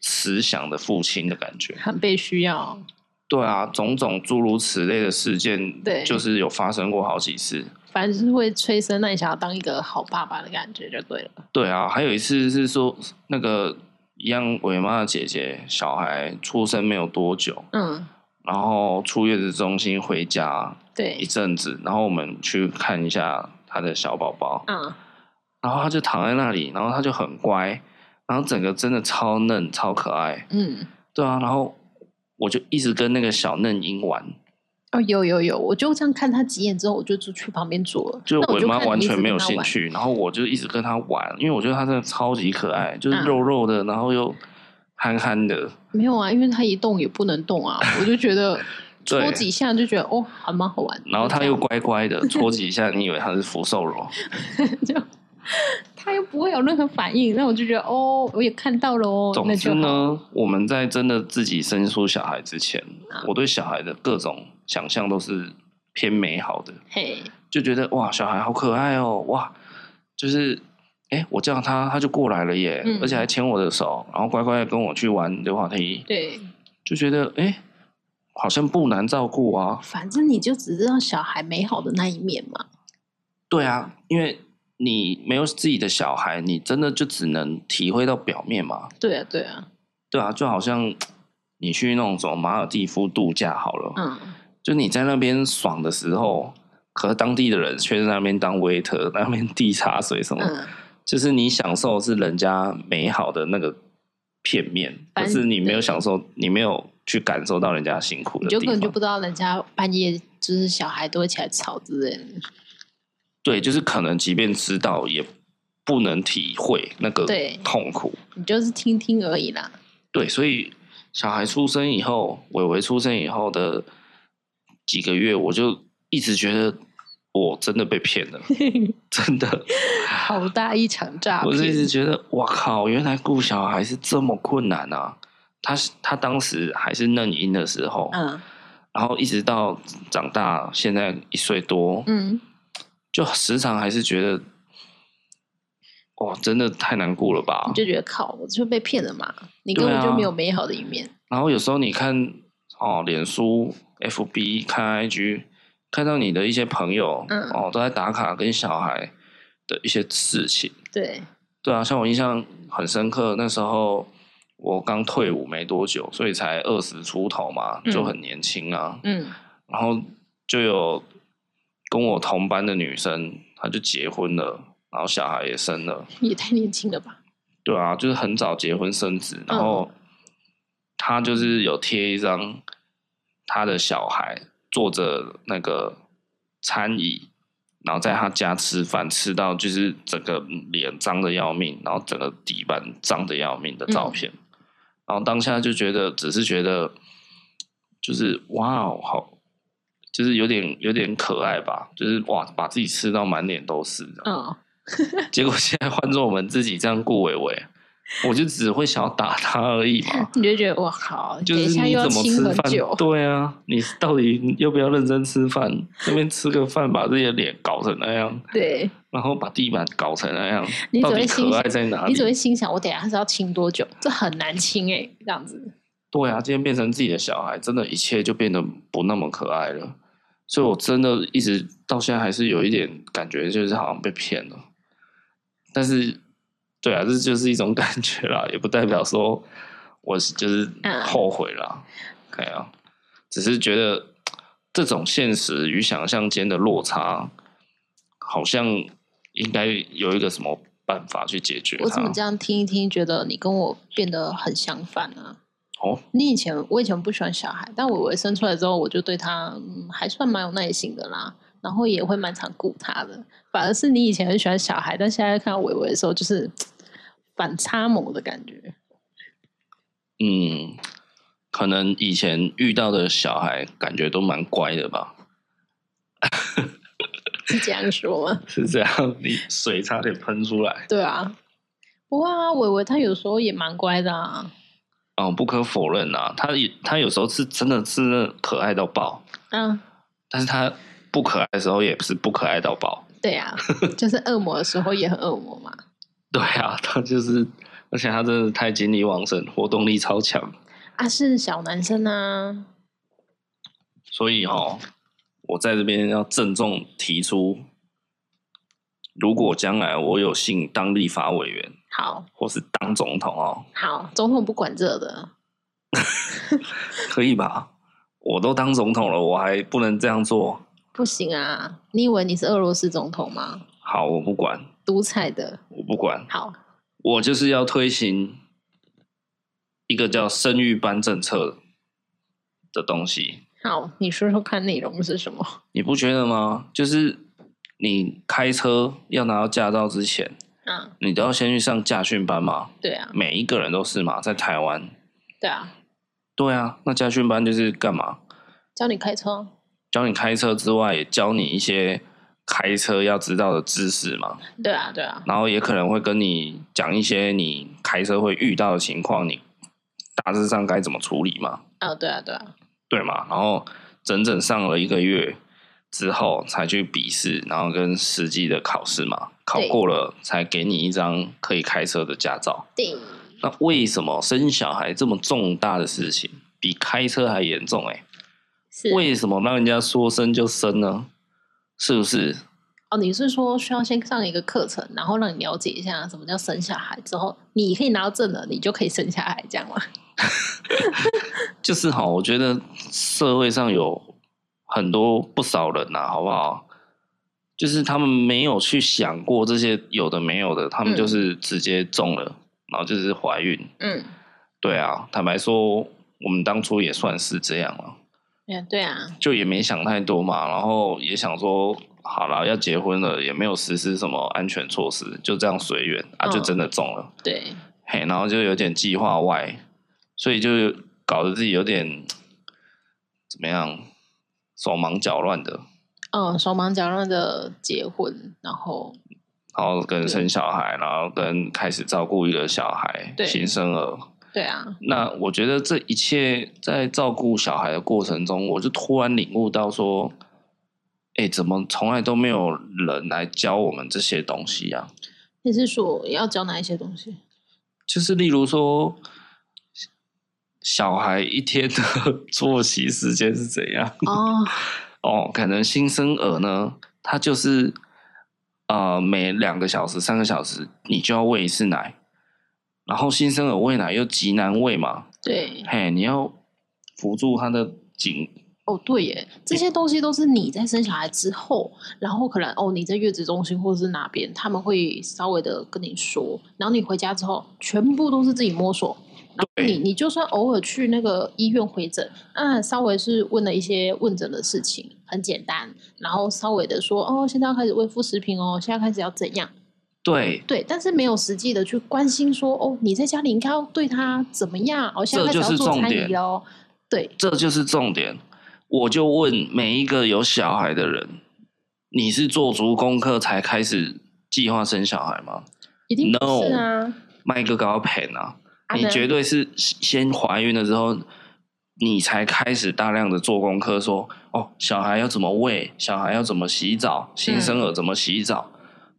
Speaker 1: 慈祥的父亲的感觉。
Speaker 2: 很被需要，
Speaker 1: 对啊，种种诸如此类的事件，
Speaker 2: 对
Speaker 1: 就是有发生过好几次。
Speaker 2: 反正就是会催生那你想要当一个好爸爸的感觉就对了，
Speaker 1: 对啊，还有一次是说那个一样我妈的姐姐小孩出生没有多久，
Speaker 2: 嗯，
Speaker 1: 然后出月子中心回家一
Speaker 2: 对，
Speaker 1: 阵子，然后我们去看一下她的小宝宝，
Speaker 2: 嗯，
Speaker 1: 然后他就躺在那里，然后他就很乖，然后整个真的超嫩超可爱，
Speaker 2: 嗯，
Speaker 1: 对啊，然后我就一直跟那个小嫩鹰玩，
Speaker 2: 哦，有有有，我就这样看他几眼之后，我就就去旁边坐了，
Speaker 1: 就
Speaker 2: 那
Speaker 1: 我
Speaker 2: 我
Speaker 1: 妈
Speaker 2: 看你
Speaker 1: 完
Speaker 2: 一直
Speaker 1: 全没
Speaker 2: 跟
Speaker 1: 有
Speaker 2: 他
Speaker 1: 兴
Speaker 2: 玩，
Speaker 1: 趣，然后我就一直跟他玩，因为我觉得他真的超级可爱，就是
Speaker 2: 嗯
Speaker 1: 肉肉的，然后又憨憨的，
Speaker 2: 没有啊，因为他一动也不能动啊，我就觉 得
Speaker 1: 对
Speaker 2: 搓几下就觉得哦，还蛮好玩，
Speaker 1: 然后
Speaker 2: 就
Speaker 1: 他
Speaker 2: 这样
Speaker 1: 又乖乖的，戳几下，你以为他是福寿螺？
Speaker 2: 就他又不会有任何反应，那我就觉得哦，我也看到了哦，
Speaker 1: 总
Speaker 2: 那
Speaker 1: 之
Speaker 2: 就好。
Speaker 1: 呢，我们在真的自己生出小孩之前，
Speaker 2: 嗯
Speaker 1: 我对小孩的各种想象都是偏美好的。
Speaker 2: 嘿，
Speaker 1: 就觉得哇，小孩好可爱哦，哇，就是哎、诶我叫他，他就过来了耶，
Speaker 2: 嗯
Speaker 1: 而且还牵我的手，然后乖乖的跟我去玩溜滑梯，
Speaker 2: 对，
Speaker 1: 就觉得哎、诶好像不难照顾啊。
Speaker 2: 反正你就只知道小孩美好的那一面嘛。
Speaker 1: 对啊，因为你没有自己的小孩，你真的就只能体会到表面嘛。
Speaker 2: 对啊，对啊，
Speaker 1: 对啊，就好像你去那种什么马尔蒂夫度假好了，
Speaker 2: 嗯，
Speaker 1: 就你在那边爽的时候。可是当地的人却在那边当 waiter，那边递茶水什么的
Speaker 2: 嗯，
Speaker 1: 就是你享受的是人家美好的那个片面，
Speaker 2: 反
Speaker 1: 可
Speaker 2: 正
Speaker 1: 是你没有享受，你没有去感受到人家辛苦
Speaker 2: 你
Speaker 1: 的
Speaker 2: 就
Speaker 1: 地
Speaker 2: 根本就
Speaker 1: 方。
Speaker 2: 不知道人家半夜就是小孩都会起来吵之类的。
Speaker 1: 对，就是可能即便知道，也不能体会那个
Speaker 2: 对
Speaker 1: 痛苦。
Speaker 2: 你就是听听而 已啦。
Speaker 1: 对，所以小孩出生以后，伟伟出生以后的几个月，我就一直觉得我真的被骗 了，真的，
Speaker 2: 好大一场诈
Speaker 1: 我就一直
Speaker 2: 骗，
Speaker 1: 觉得，哇靠，原来顾小孩是这么困难啊！他他当时还是嫩婴的时候，
Speaker 2: 嗯
Speaker 1: 然后一直到长大，现在一岁多，
Speaker 2: 嗯，
Speaker 1: 就时常还是觉得，哇，真的太难过了吧
Speaker 2: 你？嗯就觉得靠，我就被骗了嘛，你根
Speaker 1: 对
Speaker 2: 本就
Speaker 1: 啊
Speaker 2: 没有美好的一面。
Speaker 1: 然后有时候你看哦，脸书、FB、看 IG，看到你的一些朋友，
Speaker 2: 嗯
Speaker 1: 哦，都在打卡跟小孩的一些事情。
Speaker 2: 对，
Speaker 1: 对啊，像我印象很深刻，那时候我刚退伍没多久，所以才二十出头嘛，
Speaker 2: 嗯
Speaker 1: 就很年轻啊。
Speaker 2: 嗯，
Speaker 1: 然后就有跟我同班的女生，她就结婚了，然后小孩也生了，
Speaker 2: 也太年轻了吧？
Speaker 1: 对啊，就是很早结婚生子，然后她就是有贴一张她的小孩坐着那个餐椅。然后在她家吃饭，吃到就是整个脸脏的要命，然后整个底板脏的要命的照片，然后当下就觉得，只是觉得，就是哇哦，好，就是有点有点可爱吧，就是哇，把自己吃到满脸都是这样。
Speaker 2: 嗯，
Speaker 1: 结果现在换做我们自己这样顾伟 伟，我就只会想要打他而已 嘛。
Speaker 2: 你就觉得哇靠，
Speaker 1: 就
Speaker 2: 等一
Speaker 1: 是
Speaker 2: 下
Speaker 1: 你
Speaker 2: 又要
Speaker 1: 怎么
Speaker 2: 亲
Speaker 1: 吃
Speaker 2: 很
Speaker 1: 饭？
Speaker 2: 久。
Speaker 1: 对啊，你到底要不要认真吃饭？那边吃个饭，把自己的脸搞成那样，
Speaker 2: 对，
Speaker 1: 然后把地板搞成那样
Speaker 2: 你，只
Speaker 1: 到
Speaker 2: 会
Speaker 1: 底
Speaker 2: 心
Speaker 1: 可爱
Speaker 2: 想
Speaker 1: 在哪
Speaker 2: 你
Speaker 1: 里
Speaker 2: 只？会心想，我等一下是要亲多久？这很难亲哎、这样子。
Speaker 1: 对啊，今天变成自己的小孩，真的，一切就变得不那么可爱了。所以我真的一直到现在还是有一点感觉，就是好像被骗了。但是，对啊，这就是一种 感觉啦，也不代表说我是就是
Speaker 2: 嗯
Speaker 1: 后悔啦。对啊，只是觉得这种现实与想象间的落差，好像应该有一个什么办法去解决它。
Speaker 2: 我怎么这样听一听，觉得你跟我变得很相反啊？
Speaker 1: 哦，
Speaker 2: 你以前我以前不喜欢小孩，但我伟生出来之后，我就对他、嗯、还算蛮有耐心的啦，然后也会蛮常顾他的。反而是你以前很喜欢小孩，但现在看到伟伟的时候，就是嘖反差萌的感觉。
Speaker 1: 嗯，可能以前遇到的小孩感觉都蛮乖的吧，
Speaker 2: 是这样说吗？
Speaker 1: 是这样，你水差点喷出来。
Speaker 2: 对啊，不会啊，伟伟他有时候也蛮乖的啊。
Speaker 1: 哦，不可否认啊，他也他有时候是真的是真的可爱到爆，
Speaker 2: 嗯，
Speaker 1: 但是他不可爱的时候也是不可爱到爆。
Speaker 2: 对啊，就是恶魔的时候也很恶魔嘛。
Speaker 1: 对啊， 他就是，而且他真的太精力旺盛，活动力超强，
Speaker 2: 啊，是小男生啊，
Speaker 1: 所以哦，我在这边要郑重提出，如果将来我有幸当立法委员
Speaker 2: 好
Speaker 1: 或是当总统哦，
Speaker 2: 好，总统不管这的，
Speaker 1: 可以吧？我都当总统了，我还不能这样做？
Speaker 2: 不行啊！你以为你是俄罗斯总统吗？
Speaker 1: 好，我不管，
Speaker 2: 独裁的，
Speaker 1: 我不管，
Speaker 2: 好，
Speaker 1: 我就是要推行一个叫生育班政策的东西。
Speaker 2: 好，你说说看内容是什么？
Speaker 1: 你不觉得吗？就是你开车要拿到驾照之前，
Speaker 2: 啊，
Speaker 1: 你都要先去上驾训班嘛，
Speaker 2: 对啊，
Speaker 1: 每一个人都是嘛，在台湾。
Speaker 2: 对啊，
Speaker 1: 对啊，那驾训班就是干嘛？
Speaker 2: 教你开车，
Speaker 1: 教你开车之外，也教你一些开车要知道的知识嘛，
Speaker 2: 对啊，对啊，
Speaker 1: 然后也可能会跟你讲一些你开车会遇到的情况，你大致上该怎么处理嘛，
Speaker 2: 啊，对啊，对啊，
Speaker 1: 对嘛？然后整整上了一个月之后才去笔试，然后跟实际的考试嘛，考
Speaker 2: 对
Speaker 1: 过了才给你一张可以开车的驾照。
Speaker 2: 对，
Speaker 1: 那为什么生小孩这么重大的事情，比开车还严重、欸？
Speaker 2: 是
Speaker 1: 为什么让人家说生就生呢？是不是？
Speaker 2: 哦，你是说需要先上一个课程，然后让你了解一下什么叫生小孩，之后你可以拿到证了，你就可以生下来，这样吗？
Speaker 1: 就是哈，我觉得社会上有很多不少人呐、好不好？就是他们没有去想过这些有的没有的，他们
Speaker 2: 嗯
Speaker 1: 就是直接中了，然后就是怀孕。
Speaker 2: 嗯，
Speaker 1: 对啊，坦白说，我们当初也算是这样了，
Speaker 2: 对啊对啊，
Speaker 1: 就也没想太多嘛，然后也想说，好了，要结婚了，也没有实施什么安全措施，就这样随缘啊，
Speaker 2: 嗯
Speaker 1: 就真的中了。
Speaker 2: 对，
Speaker 1: 嘿，然后就有点计划外，所以就搞得自己有点怎么样，手忙脚乱的，
Speaker 2: 嗯，手忙脚乱的结婚，然后
Speaker 1: 然后跟生小孩，然后跟开始照顾一个小孩，
Speaker 2: 对
Speaker 1: 新生儿。
Speaker 2: 对啊，
Speaker 1: 那我觉得这一切在照顾小孩的过程中，我就突然领悟到说，哎，怎么从来都没有人来教我们这些东西啊？
Speaker 2: 你是说要教哪一些东 西？
Speaker 1: 就是例如说，小孩一天的 作息时间是怎样？
Speaker 2: 哦，
Speaker 1: 哦，可能新生儿呢，他就是呃每两个小时、三个小时你就要喂一次奶，然后新生儿喂奶又极难喂嘛，
Speaker 2: 对，
Speaker 1: 嘿，你要扶住他的颈，
Speaker 2: 哦，对耶，这些东西都是你在生小孩之后，然后可能哦你在月子中心或者是哪边，他们会稍微的跟你说，然后你回家之后，全部都是自己摸索。然后
Speaker 1: 对
Speaker 2: 你你就算偶尔去那个医院回诊，啊，稍微是问了一些问诊的事情，很简单，然后稍微的说哦，现在要开始喂副食品哦，现在开始要怎样，
Speaker 1: 对，
Speaker 2: 对，但是没有实际的去关心说，哦，你在家里应该要对他怎么样？哦，现在
Speaker 1: 这就
Speaker 2: 开始要
Speaker 1: 是
Speaker 2: 做
Speaker 1: 重
Speaker 2: 餐
Speaker 1: 点
Speaker 2: 椅哦。对，
Speaker 1: 这就是重点。我就问每一个有小孩的人，你是做足功课才开始计划生小孩吗？
Speaker 2: 一定不
Speaker 1: No
Speaker 2: 是啊。
Speaker 1: 卖个高盆啊！
Speaker 2: 啊
Speaker 1: 你
Speaker 2: 那
Speaker 1: 绝对是先怀孕了之后，你才开始大量的做功课说，哦，小孩要怎么喂，小孩要怎么洗澡，新生儿怎么洗澡，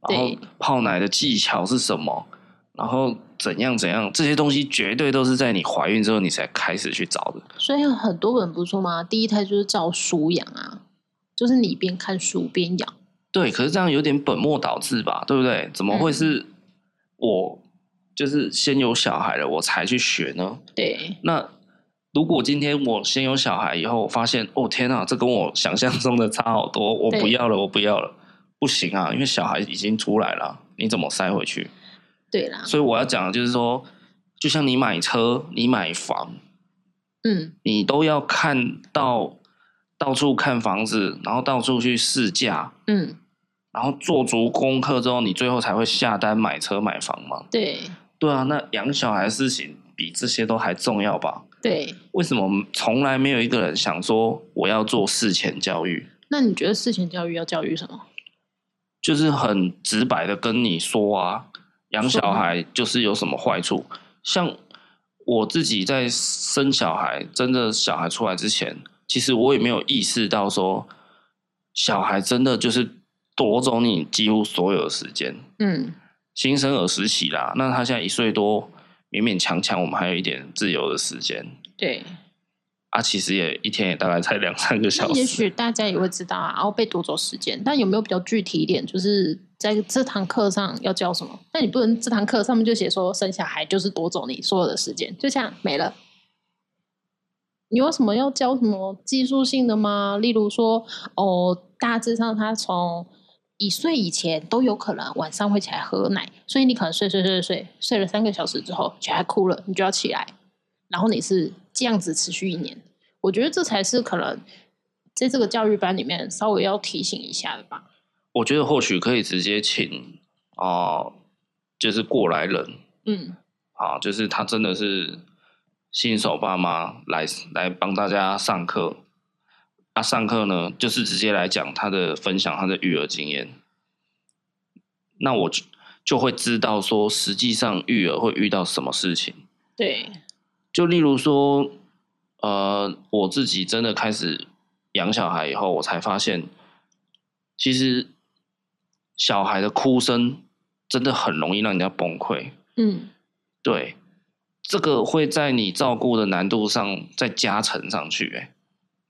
Speaker 1: 然后
Speaker 2: 嗯对
Speaker 1: 泡奶的技巧是什么，然后怎样怎样，这些东西绝对都是在你怀孕之后你才开始去找的。
Speaker 2: 所以很多人不是说吗？第一胎就是照书养啊，就是你边看书边养。
Speaker 1: 对，可是这样有点本末倒置吧，对不对？怎
Speaker 2: 嗯
Speaker 1: 么会是我就是先有小孩了，我才去学呢？
Speaker 2: 对，
Speaker 1: 那如果今天我先有小孩，以后我发现，哦天啊，这跟我想象中的差好多，我
Speaker 2: 对
Speaker 1: 不要了，我不要了，不行啊，因为小孩已经出来了，你怎么塞回去？
Speaker 2: 对啦，
Speaker 1: 所以我要讲的就是说，就像你买车、你买房，
Speaker 2: 嗯，
Speaker 1: 你都要看到到处看房子，然后到处去试驾，
Speaker 2: 嗯，
Speaker 1: 然后做足功课之后，你最后才会下单买车买房嘛。
Speaker 2: 对
Speaker 1: 对啊，那养小孩的事情比这些都还重要吧？
Speaker 2: 对。
Speaker 1: 为什么从来没有一个人想说我要做事前教育？
Speaker 2: 那你觉得事前教育要教育什么？
Speaker 1: 就是很直白的跟你说啊，养小孩就是有什么坏处。像我自己在生小孩，真的小孩出来之前，其实我也没有意识到说，小孩真的就是夺走你几乎所有的时间。
Speaker 2: 嗯，
Speaker 1: 新生儿时期啦，那他现在一岁多，勉勉强强我们还有一点自由的时间
Speaker 2: 对。
Speaker 1: 啊，其实也一天也大概才两三个
Speaker 2: 那
Speaker 1: 小时。
Speaker 2: 也许大家也会知道啊，然后被夺走时间。但有没有比较具体一点，就是在这堂课上要教什么？那你不能这堂课上面就写说生小孩就是夺走你所有的时间，就这样没了。你有什么要教什么技术性的吗？例如说，哦，大致上他从一岁以前都有可能晚上会起来喝奶，所以你可能睡睡睡睡睡了三个小时之后，小孩哭了，你就要起来，然后你是这样子持续一年。我觉得这才是可能在这个教育班里面稍微要提醒一下的吧。
Speaker 1: 我觉得或许可以直接请哦、就是过来人
Speaker 2: 嗯，
Speaker 1: 啊，就是他真的是新手爸妈来来帮大家上课。啊，上课呢，就是直接来讲他的分享他的育儿经验，那我就就会知道说，实际上育儿会遇到什么事情。
Speaker 2: 对，
Speaker 1: 就例如说，呃，我自己真的开始养小孩以后，我才发现，其实小孩的哭声真的很容易让人家崩溃。
Speaker 2: 嗯，
Speaker 1: 对，这个会在你照顾的难度上再加成上去、欸，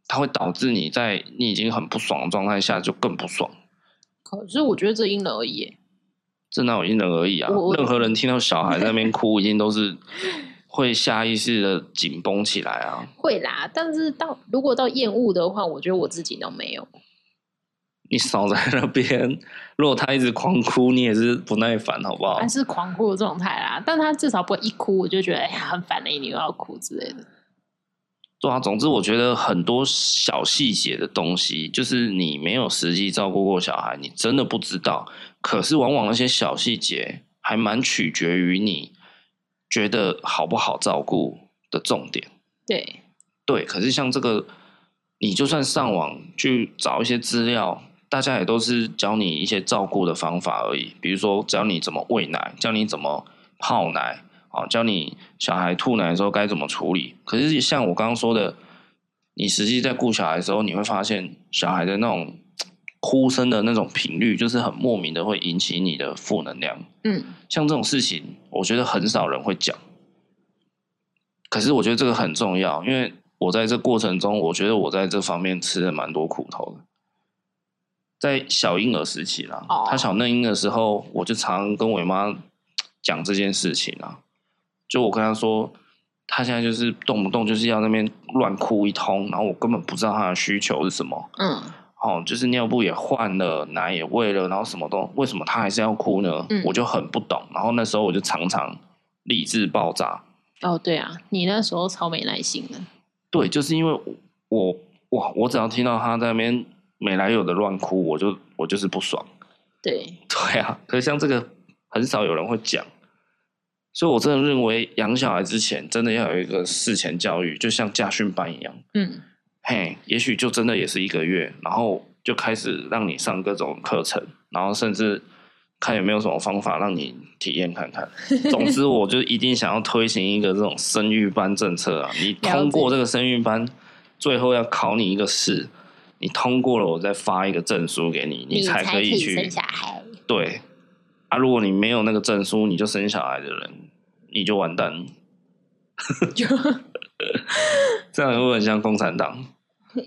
Speaker 1: 它会导致你在你已经很不爽的状态下就更不爽。
Speaker 2: 可是我觉得这因人而异耶。
Speaker 1: 这哪有因人而异啊
Speaker 2: 我 我！
Speaker 1: 任何人听到小孩在那边哭，一定都是会下意识的紧绷起来啊。
Speaker 2: 会啦，但是到如果到厌恶的话，我觉得我自己都没
Speaker 1: 哦
Speaker 2: 有。
Speaker 1: 你少在那边。如果他一直狂哭，你也是不耐烦，好不好
Speaker 2: 还？是狂哭的状态啦，但他至少不会一哭我就觉得哎呀很烦了，你又要哭之类的。
Speaker 1: 对啊，总之我觉得很多小细节的东西，就是你没有实际照顾过小孩，你真的不知道。可是往往那些小细节，还蛮取决于你觉得好不好照顾的重点。
Speaker 2: 对，
Speaker 1: 对，可是像这个，你就算上网去找一些资料，大家也都是教你一些照顾的方法而已。比如说，教你怎么喂奶，教你怎么泡奶，哦，教你小孩吐奶的时候该怎么处理。可是像我刚刚说的，你实际在顾小孩的时候，你会发现小孩的那种哭声的那种频率，就是很莫名的会引起你的负能量。
Speaker 2: 嗯，
Speaker 1: 像这种事情，我觉得很少人会讲。可是我觉得这个很重要，因为我在这过程中，我觉得我在这方面吃了蛮多苦头的。在小婴儿时期啦，
Speaker 2: 哦
Speaker 1: 他小嫩婴的时候，我就常跟我妈讲这件事情啊。就我跟她说，他现在就是动不动就是要那边乱哭一通，然后我根本不知道他的需求是什么。
Speaker 2: 嗯
Speaker 1: 哦，就是尿布也换了，奶也喂了，然后什么都，为什么他还是要哭呢？
Speaker 2: 嗯
Speaker 1: 我就很不懂。然后那时候我就常常理智爆炸，
Speaker 2: 哦对啊，你那时候超没耐心的。
Speaker 1: 对，就是因为我哇，我只要听到他在那边没来由的乱哭，我就我就是不爽。
Speaker 2: 对，
Speaker 1: 对啊，可是像这个很少有人会讲，所以我真的认为养小孩之前真的要有一个事前教育，就像家训班一样。
Speaker 2: 嗯，
Speaker 1: 嘿，也许就真的也是一个月，然后就开始让你上各种课程，然后甚至看有没有什么方法让你体验看 看。总之，我就一定想要推行一个这种生育班政策啊！你通过这个生育班，最后要考你一个试，你通过了，我再发一个证书给你，才可以去
Speaker 2: 生小孩。
Speaker 1: 对啊。如果你没有那个证书，你就生小孩的人，你就完蛋。
Speaker 2: 就
Speaker 1: 这样会不会很像共产党？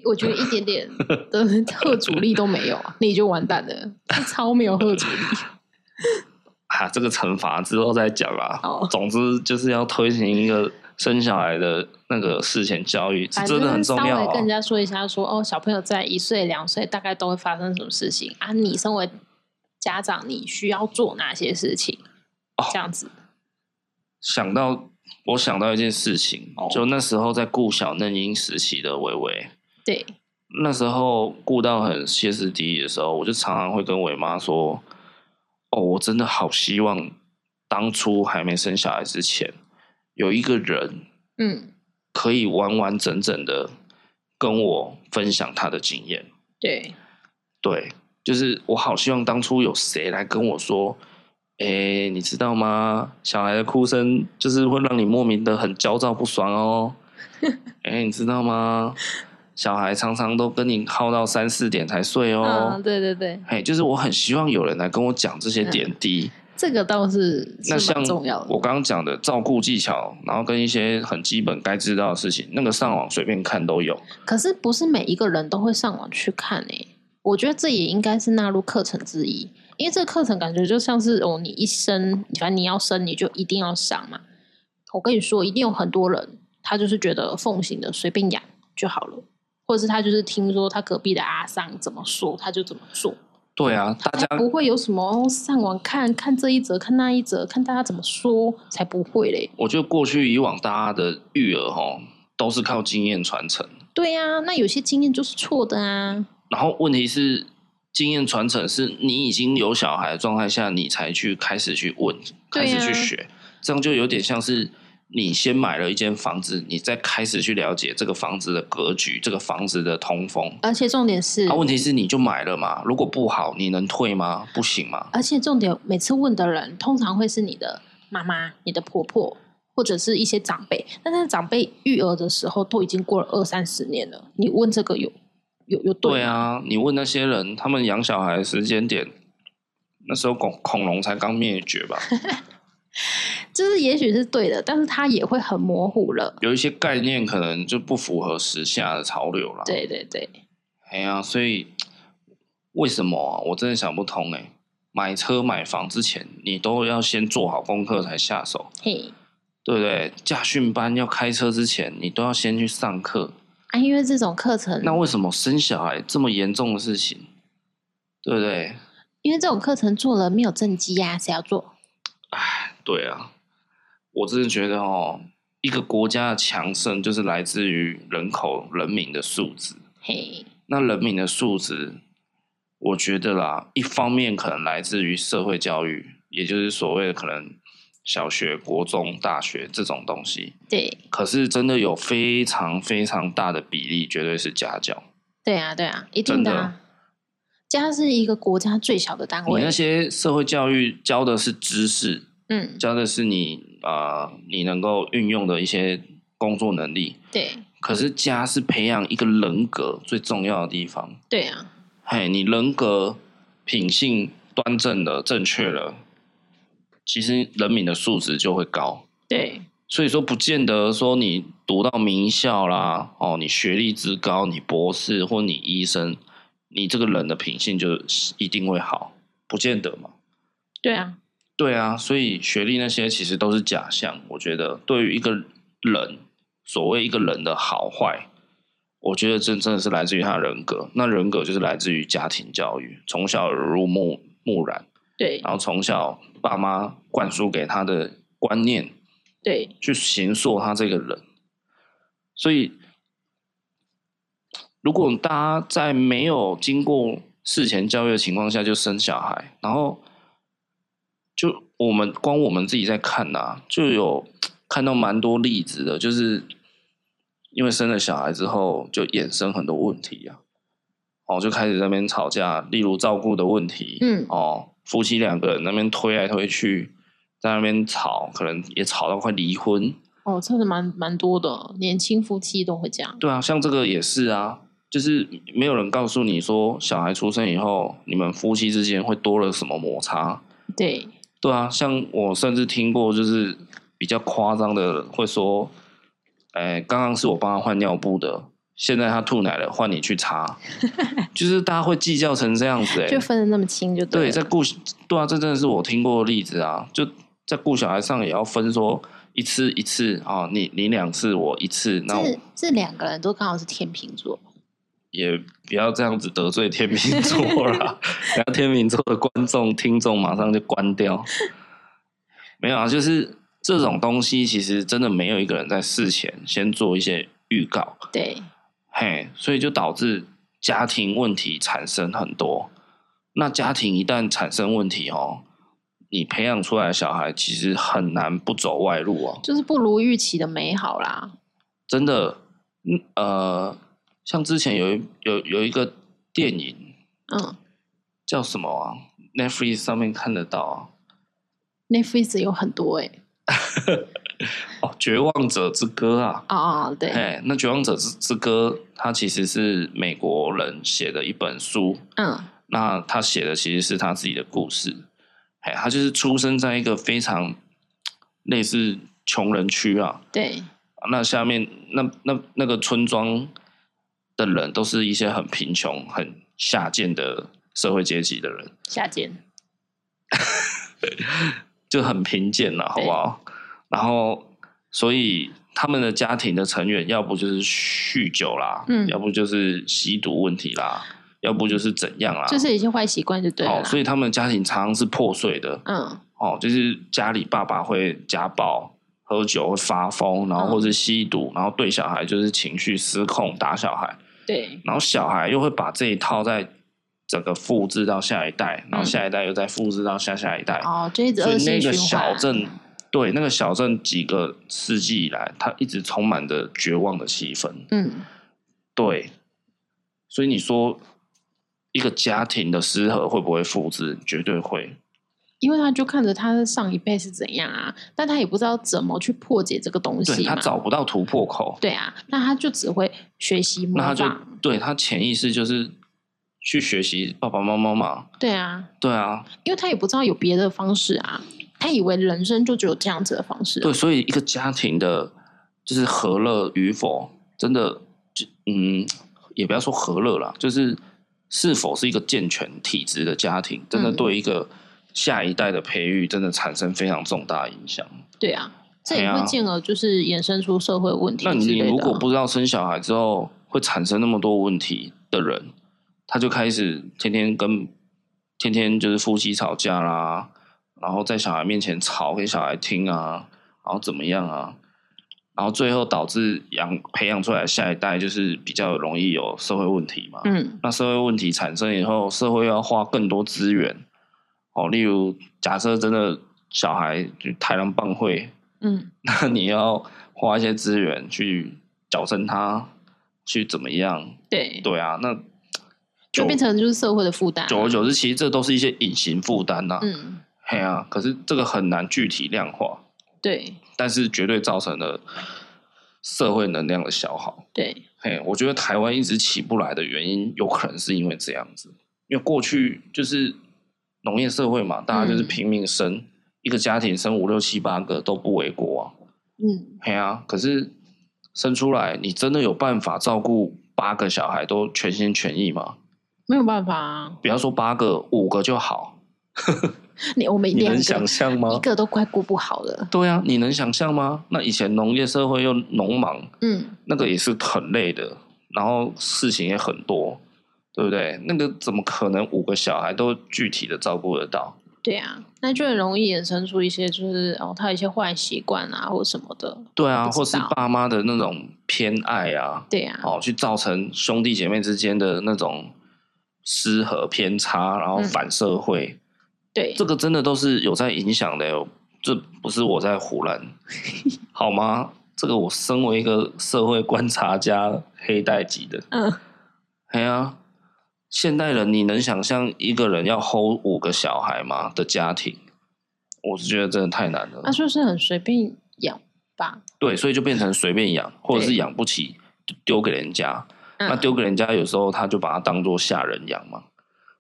Speaker 2: 我觉得一 点点的贺主力都没有啊，你就完蛋了，这超没有贺主力。
Speaker 1: 啊，这个惩罚之后再讲啦。
Speaker 2: 哦
Speaker 1: 总之就是要推行一个生小孩的那个事前教育 是
Speaker 2: 反
Speaker 1: 真
Speaker 2: 正
Speaker 1: 的很重
Speaker 2: 稍
Speaker 1: 要、
Speaker 2: 微
Speaker 1: 啊
Speaker 2: 跟。人家说一下说，哦，小朋友在一岁、两岁大概都会发生什么事情啊？你身为家长，你需要做哪些事情？
Speaker 1: 哦
Speaker 2: 这样子，
Speaker 1: 想到我想到一件事情，
Speaker 2: 哦
Speaker 1: 就那时候在顾小嫩婴时期的微微，
Speaker 2: 对，
Speaker 1: 那时候顾到很歇斯底里的时候，我就常常会跟伟妈说：“哦，我真的好希望当初还没生小孩之前，有一个人
Speaker 2: 嗯，
Speaker 1: 可以完完整整的跟我分享他的经验。”
Speaker 2: 对，
Speaker 1: 对，就是我好希望当初有谁来跟我说，诶、你知道吗？小孩的哭声就是会让你莫名的很焦躁不爽 哦。诶、你知道吗？小孩常常都跟你耗到三四点才睡哦
Speaker 2: 嗯，。对对对，
Speaker 1: 嘿，就是我很希望有人来跟我讲这些点滴。
Speaker 2: 这个倒是
Speaker 1: 那
Speaker 2: 是
Speaker 1: 像
Speaker 2: 蛮重要的。
Speaker 1: 我刚刚讲的照顾技巧，然后跟一些很基本该知道的事情，那个上网随便看都有。
Speaker 2: 可是不是每一个人都会上网去看诶、我觉得这也应该是纳入课程之一，因为这个课程感觉就像是哦，你一生反正你要生你就一定要上嘛。我跟你说，一定有很多人他就是觉得奉行的随便养就好了，或者是他就是听说他隔壁的阿桑怎么说他就怎么做，
Speaker 1: 对啊，大家
Speaker 2: 他不会有什么、哦、上网看看这一则看那一则，看大家怎么说才不会嘞。
Speaker 1: 我觉得过去以往大家的育儿吼都是靠经验传承，
Speaker 2: 对呀、那有些经验就是错的啊。
Speaker 1: 然后问题是经验传承是你已经有小孩的状态下，你才去开始去问，
Speaker 2: 对
Speaker 1: 开
Speaker 2: 啊
Speaker 1: 始去学，这样就有点像是你先买了一间房子，你再开始去了解这个房子的格局，这个房子的通风。
Speaker 2: 而且重点是，
Speaker 1: 啊，问题是你就买了嘛，如果不好，你能退吗？不行吗？
Speaker 2: 而且重点，每次问的人通常会是你的妈妈、你的婆婆，或者是一些长辈。但是长辈育儿的时候都已经过了二三十年了，你问这个有有有
Speaker 1: 对
Speaker 2: 吗？
Speaker 1: 啊，你问那些人，他们养小孩的时间点，那时候恐恐龙才刚灭绝吧，
Speaker 2: 就是也许是对的，但是他也会很模糊了。
Speaker 1: 有一些概念可能就不符合时下的潮流啦。，
Speaker 2: 对对对，
Speaker 1: 哎呀、所以为什么、啊、我真的想不通哎、买车买房之前，你都要先做好功课才下手，
Speaker 2: 嘿，
Speaker 1: 对不对？驾训班要开车之前，你都要先去上课。
Speaker 2: 啊，因为这种课程，
Speaker 1: 那为什么生小孩这么严重的事情，对不对？
Speaker 2: 因为这种课程做了没有正绩呀、谁要做？
Speaker 1: 对啊，我真的觉得哦，一个国家的强盛就是来自于人口人民的素质。
Speaker 2: 嘿，
Speaker 1: 那人民的素质，我觉得啦，一方面可能来自于社会教育，也就是所谓的可能小学、国中、大学这种东西。
Speaker 2: 对
Speaker 1: 可是真的有非常非常大的比例，绝对是家教。
Speaker 2: 对啊，对啊，一定
Speaker 1: 真的
Speaker 2: 啊。家是一个国家最小的单
Speaker 1: 你
Speaker 2: 位
Speaker 1: 那，些社会教育教的是知识，
Speaker 2: 嗯，
Speaker 1: 教的是你啊，呃你能够运用的一些工作能力。
Speaker 2: 对
Speaker 1: 可是家是培养一个人格最重要的地方。
Speaker 2: 对啊，
Speaker 1: 嘿，你人格品性端正了、正确了，其实人民的素质就会高。
Speaker 2: 对
Speaker 1: 所以说，不见得说你读到名校啦，哦，你学历之高，你博士或你医生，你这个人的品性就一定会好，不见得嘛。
Speaker 2: 对啊，
Speaker 1: 对啊，所以学历那些其实都是假象。我觉得对于一个人，所谓一个人的好坏，我觉得真真的是来自于他的人格。那人格就是来自于家庭教育，从小耳濡目目染，
Speaker 2: 对
Speaker 1: 然后从小爸妈灌输给他的观念，
Speaker 2: 对，
Speaker 1: 去形塑他这个人。所以，如果大家在没有经过事前教育的情况下就生小孩，然后就我们光我们自己在看呐、就有看到蛮多例子的，就是因为生了小孩之后，就衍生很多问题啊。哦，就开始在那边吵架，例如照顾的问题，
Speaker 2: 嗯
Speaker 1: 哦，夫妻两个人那边推来推去，在那边吵，可能也吵到快离婚。
Speaker 2: 哦，真的蛮蛮多的，年轻夫妻都会这样。
Speaker 1: 对啊，像这个也是啊，就是没有人告诉你说，小孩出生以后，你们夫妻之间会多了什么摩擦。
Speaker 2: 对，
Speaker 1: 对啊，像我甚至听过，就是比较夸张的，会说，哎，刚刚是我帮他换尿布的，现在他吐奶了，换你去擦，就是大家会计 较成这样子、欸，
Speaker 2: 就分的那么清就
Speaker 1: 对，
Speaker 2: 了。
Speaker 1: 在故对啊，这真的是我听过的例子啊。就在顾小孩上也要分说一次一次啊、哦，你你两次，我一次，那我
Speaker 2: 这这两个人都刚好是天秤座，
Speaker 1: 也不要这样子得罪天秤座啦，然后天秤座的观众听众马上就关掉。没有啊，就是这种东西，其实真的没有一个人在事前先做一些预告，
Speaker 2: 对，
Speaker 1: 嘿，所以就导致家庭问题产生很多。那家庭一旦产生问题哦，你培养出来的小孩其实很难不走外路哦，
Speaker 2: 就是不如预期的美好啦。
Speaker 1: 真的。嗯呃，像之前有一有有一个电影
Speaker 2: 嗯
Speaker 1: 叫什么啊？Netflix 上面看得到啊。
Speaker 2: ，Netflix 有很多哎、欸，
Speaker 1: 哦，《绝望者之歌》啊，
Speaker 2: 哦哦对，
Speaker 1: 哎，那《绝望者之之歌》它其实是美国人写的一本书，
Speaker 2: 嗯
Speaker 1: 那他写的其实是他自己的故事，哎，他就是出生在一个非常类似穷人区啊，
Speaker 2: 对，
Speaker 1: 那下面那那那个村庄的人都是一些很贫穷、很下贱的社会阶级的人，
Speaker 2: 下贱，
Speaker 1: 就很贫贱了，好不好？然后，所以他们的家庭的成员，要不就是酗酒啦，
Speaker 2: 嗯
Speaker 1: 要不就是吸毒问题啦，要不就是怎样啦，
Speaker 2: 就是一些坏习惯就对了
Speaker 1: 哦，
Speaker 2: 啦。
Speaker 1: 啊所以他们的家庭常常是破碎的，
Speaker 2: 嗯，
Speaker 1: 哦，就是家里爸爸会家暴。喝酒会发疯，然后
Speaker 2: 嗯
Speaker 1: 或是吸毒，然后对小孩就是情绪失控，打小孩，
Speaker 2: 对，
Speaker 1: 然后小孩又会把这一套再整个复制到下一代，然后下一代又再复制到下下一代，
Speaker 2: 嗯哦，就一直
Speaker 1: 哎所
Speaker 2: 恶
Speaker 1: 以
Speaker 2: 性
Speaker 1: 那
Speaker 2: 循
Speaker 1: 个
Speaker 2: 环。
Speaker 1: 小镇，对那个小镇几个世纪以来，它一直充满着绝望的气氛。
Speaker 2: 嗯，
Speaker 1: 对，所以你说一个家庭的失和会不会复制？绝对会。
Speaker 2: 因为他就看着他的上一辈是怎样啊，但他也不知道怎么去破解这个东
Speaker 1: 对
Speaker 2: 西
Speaker 1: 他
Speaker 2: 嘛。
Speaker 1: 找不到突破口，
Speaker 2: 对啊，那他就只会学习模
Speaker 1: 那他
Speaker 2: 仿。
Speaker 1: 就对他潜意识就是去学习爸爸妈妈嘛。
Speaker 2: 对啊，
Speaker 1: 对啊，
Speaker 2: 因为他也不知道有别的方式啊，他以为人生就只有这样子的方式啊、
Speaker 1: 对，所以一个家庭的，就是和乐与否，真的，就嗯，也不要说和乐啦，就是是否是一个健全体质的家庭，真的
Speaker 2: 嗯
Speaker 1: 对一个下一代的培育，真的产生非常重大的影响。
Speaker 2: 对啊，这
Speaker 1: 哎
Speaker 2: 也
Speaker 1: 呀
Speaker 2: 会进而就是衍生出社会问题
Speaker 1: 那
Speaker 2: 之
Speaker 1: 你
Speaker 2: 类的啊。
Speaker 1: 如果不知道生小孩之后会产生那么多问题的人，他就开始天天跟天天就是夫妻吵架啦，然后在小孩面前吵给小孩听啊，然后怎么样啊，然后最后导致养培养出来的下一代就是比较容易有社会问题嘛。
Speaker 2: 嗯，
Speaker 1: 那社会问题产生以后，社会要花更多资源哦，例如假设真的小孩就太郎棒会
Speaker 2: 嗯
Speaker 1: 那 你要花一些资源去矫正它，去怎么样？
Speaker 2: 对，
Speaker 1: 对啊，那
Speaker 2: 就变成就是社会的负担啊。
Speaker 1: 久而久之，其实这都是一些隐形负担呐。
Speaker 2: 嗯，
Speaker 1: 嘿啊，可是这个很难具体量化，
Speaker 2: 对
Speaker 1: 但是绝对造成了社会能量的消耗。
Speaker 2: 对，
Speaker 1: 嘿，我觉得台湾一直起不来的原因，有可能是因为这样子，因为过去就是农业社会嘛，大家就是
Speaker 2: 嗯
Speaker 1: 拼命生，一个家庭生五六七八个都不为过啊。
Speaker 2: 嗯，
Speaker 1: 哎呀，可是生出来，你真的有办法照顾八个小孩都全心全意吗？
Speaker 2: 没有办法啊，
Speaker 1: 不要说八个，五个就好，
Speaker 2: 你我们
Speaker 1: 你
Speaker 2: 两
Speaker 1: 能
Speaker 2: 个
Speaker 1: 想象
Speaker 2: 一
Speaker 1: 吗？
Speaker 2: 个都快顾不好了。
Speaker 1: 对啊，你能想象吗？那以前农业社会又农忙，
Speaker 2: 嗯，
Speaker 1: 那个也是很累的，然后事情也很多，对不对？那个怎么可能五个小孩都具体的照顾得到？
Speaker 2: 对啊，那就很容易衍生出一些就是哦，他有一些坏习惯啊或什么的。
Speaker 1: 对啊，
Speaker 2: 不知
Speaker 1: 或是
Speaker 2: 道
Speaker 1: 爸妈的那种偏爱啊，
Speaker 2: 对啊，
Speaker 1: 哦，去造成兄弟姐妹之间的那种失和偏差，然后
Speaker 2: 嗯
Speaker 1: 反社会，
Speaker 2: 对
Speaker 1: 这个真的都是有在影响的哟。这不是我在胡 乱，好吗？这个我身为一个社会观察家，黑带级的，
Speaker 2: 嗯，
Speaker 1: 哎呀、现代人你能想象一个人要 hold 五个小孩吗？的家庭，我是觉得真的太难了。
Speaker 2: 他就是很随便养吧。
Speaker 1: 对，所以就变成随便养，或者是
Speaker 2: 对
Speaker 1: 养不起就丢给人家，
Speaker 2: 嗯
Speaker 1: 那丢给人家，有时候他就把它当做下人养嘛，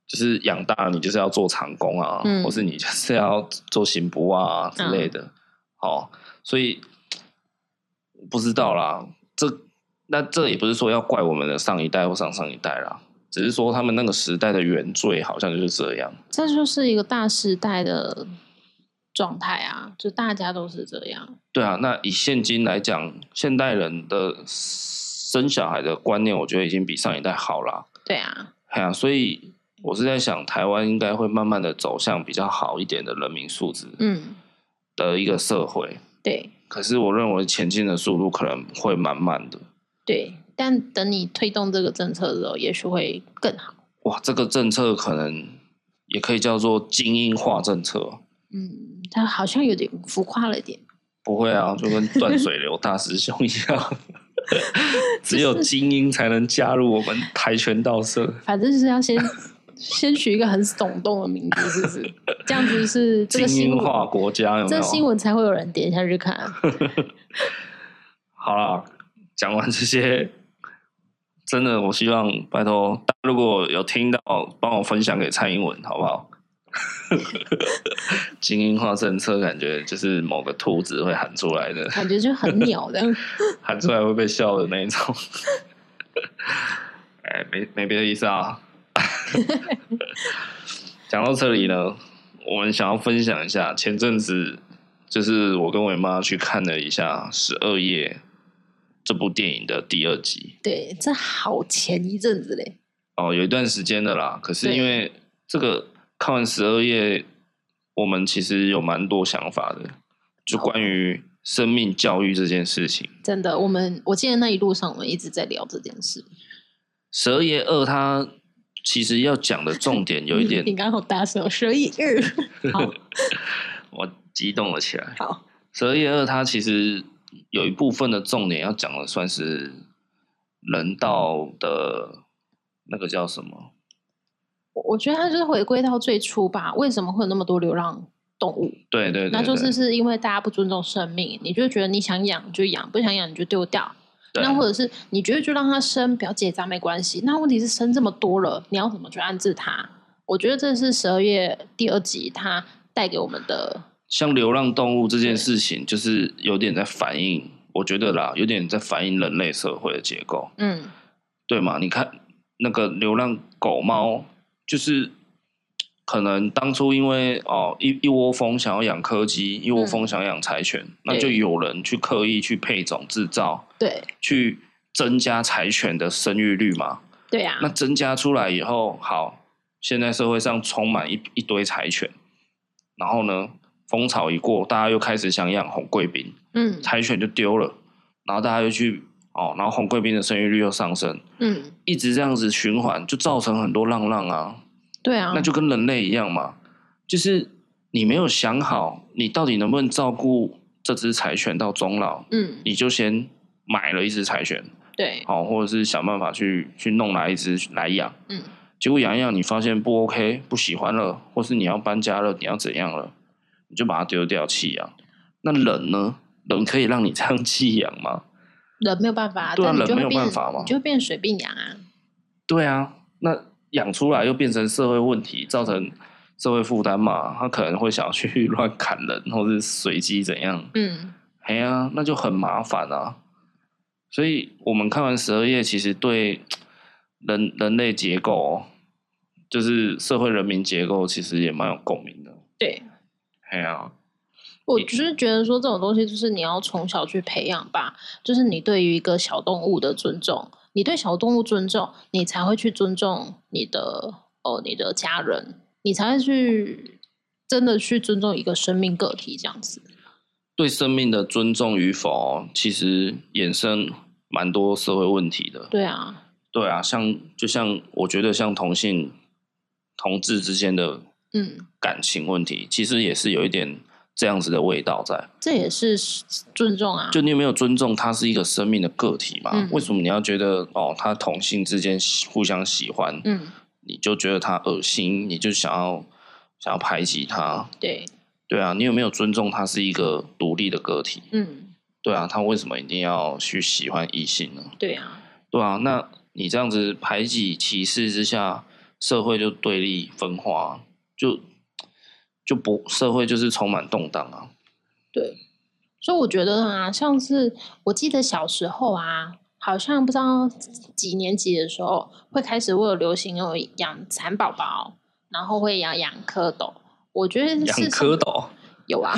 Speaker 1: 就是养大你就是要做长工啊，
Speaker 2: 嗯
Speaker 1: 或是你就是要做刑部啊之类的。好，所以不知道啦，这那这也不是说要怪我们的上一代或上上一代啦，只是说他们那个时代的原罪好像就是这样。
Speaker 2: 这就是一个大时代的状态啊，就大家都是这样。
Speaker 1: 对啊，那以现今来讲，现代人的生小孩的观念，我觉得已经比上一代好了。
Speaker 2: 对啊，
Speaker 1: 哎呀、所以我是在想，台湾应该会慢慢的走向比较好一点的人民素质
Speaker 2: 嗯，
Speaker 1: 的一个社会。
Speaker 2: 对
Speaker 1: 可是我认为前进的速度可能会蛮慢的。
Speaker 2: 对。但等你推动这个政策的时候，也许会更好。
Speaker 1: 哇，这个政策可能也可以叫做精英化政策。
Speaker 2: 嗯，它好像有点浮夸了一点。
Speaker 1: 不会啊，就跟断水流大师兄一 样，只有精英才能加入我们跆拳道社。
Speaker 2: 反正就是 要先先取一个很耸动的名字，是不是？这样子 是这
Speaker 1: 精
Speaker 2: 个新
Speaker 1: 英
Speaker 2: 闻，
Speaker 1: 化国家有没
Speaker 2: 这
Speaker 1: 有？
Speaker 2: 新闻才会有人点下去看 啊。
Speaker 1: 好啦，讲完这些，真的，我希望拜托，大家如果有听到，帮我分享给蔡英文，好不好？精英化政策感觉就是某个秃子会喊出来的，
Speaker 2: 感觉就很鸟的。
Speaker 1: 喊出来会被笑的那一种。 哎，没没别的意思啊。 讲到这里呢，我们想要分享一下，前阵子就是我跟我妈去看了一下《十二夜》这部电影的第二集。
Speaker 2: 对，这好前一阵子嘞。
Speaker 1: 哦，有一段时间的啦。可是因为这个看完十二页，我们其实有蛮多想法的，就关于生命教育这件事情。
Speaker 2: 真的，我们我记得那一路上我们一直在聊这件事。
Speaker 1: 十二页二，它其实要讲的重点有一点
Speaker 2: 你，刚好大声哦，所以二好
Speaker 1: 我激动了起来。
Speaker 2: 好，
Speaker 1: 十二页二，它其实有一部分的重点要讲的，算是人道的那个叫什么？
Speaker 2: 我我觉得它就是回归到最初吧。为什么会有那么多流浪动物？
Speaker 1: 对对对
Speaker 2: 那就是
Speaker 1: 对
Speaker 2: 是因为大家不尊重生命，你就觉得你想养就养，不想养你就丢掉。
Speaker 1: 对
Speaker 2: 那或者是你觉得就让它生，不要结扎没关系。那问题是生这么多了，你要怎么去安置它？我觉得这是十二月第二集它带给我们的，
Speaker 1: 像流浪动物这件事情，就是有点在反映，我觉得啦，有点在反映人类社会的结构，
Speaker 2: 嗯，
Speaker 1: 对吗？你看那个流浪狗猫，就是可能当初因为哦一一窝蜂想要养柯基，一窝蜂想要养柴犬，那就有人去刻意去配种制造，
Speaker 2: 对
Speaker 1: 去增加柴犬的生育率嘛。
Speaker 2: 对啊，
Speaker 1: 那增加出来以后，好，现在社会上充满一一堆柴犬，然后呢，风潮一过，大家又开始想养红贵宾，
Speaker 2: 嗯
Speaker 1: 柴犬就丢了，然后大家又去哦，然后红贵宾的生育率又上升，
Speaker 2: 嗯，
Speaker 1: 一直这样子循环，就造成很多浪浪啊，
Speaker 2: 对啊，
Speaker 1: 那就跟人类一样嘛，就是你没有想好你到底能不能照顾这只柴犬到终老，
Speaker 2: 嗯
Speaker 1: 你就先买了一只柴犬，
Speaker 2: 对，
Speaker 1: 好、或者是想办法去去弄来一只来养。
Speaker 2: 嗯
Speaker 1: 结果养一养，你发现不 OK，不喜欢了，或是你要搬家了，你要怎样了，你就把它丢掉弃养。那人呢？人可以让你这样弃养吗？
Speaker 2: 人没有办法，
Speaker 1: 对啊
Speaker 2: 但你
Speaker 1: 人
Speaker 2: 就
Speaker 1: 没
Speaker 2: 会
Speaker 1: 有
Speaker 2: 变
Speaker 1: 办法嘛
Speaker 2: 你就会变水病羊啊，
Speaker 1: 对啊，那养出来又变成社会问题，造成社会负担嘛，他可能会想去 乱砍人，或是随机怎样？
Speaker 2: 嗯
Speaker 1: 哎呀、那就很麻烦啊。所以我们看完十二页，其实对人人类结构、哦，就是社会人民结构，其实也蛮有共鸣的。
Speaker 2: 对。
Speaker 1: 哎呀、
Speaker 2: 我只是觉得说这种东西就是你要从小去培养吧，就是你对于一个小动物的尊重，你对小动物尊重，你才会去尊重你的哦你的家人，你才会去真的去尊重一个生命个体这样子。
Speaker 1: 对生命的尊重与否哦，其实衍生蛮多社会问题的。
Speaker 2: 对啊，
Speaker 1: 对啊，像就像我觉得像同性同志之间的
Speaker 2: 嗯，
Speaker 1: 感情问题，其实也是有一点这样子的味道在。
Speaker 2: 这也是尊重啊。
Speaker 1: 就你有没有尊重他是一个生命的个体嘛？
Speaker 2: 嗯
Speaker 1: 为什么你要觉得哦，他同性之间喜互相喜欢，
Speaker 2: 嗯，
Speaker 1: 你就觉得他恶心，你就想要想要排挤他？
Speaker 2: 对，
Speaker 1: 对啊，你有没有尊重他是一个独立的个体？
Speaker 2: 嗯，
Speaker 1: 对啊，他为什么一定要去喜欢异性呢？
Speaker 2: 对啊，
Speaker 1: 对啊，那你这样子排挤歧视之下，社会就对立分化，啊就就不社会就是充满动荡啊。
Speaker 2: 对。所以我觉得啊，像是我记得小时候啊，好像不知道几年级的时候，会开始会有流行有养蚕宝宝，然后会养养蝌蚪。我觉得
Speaker 1: 养
Speaker 2: 是
Speaker 1: 蝌蚪，
Speaker 2: 有啊，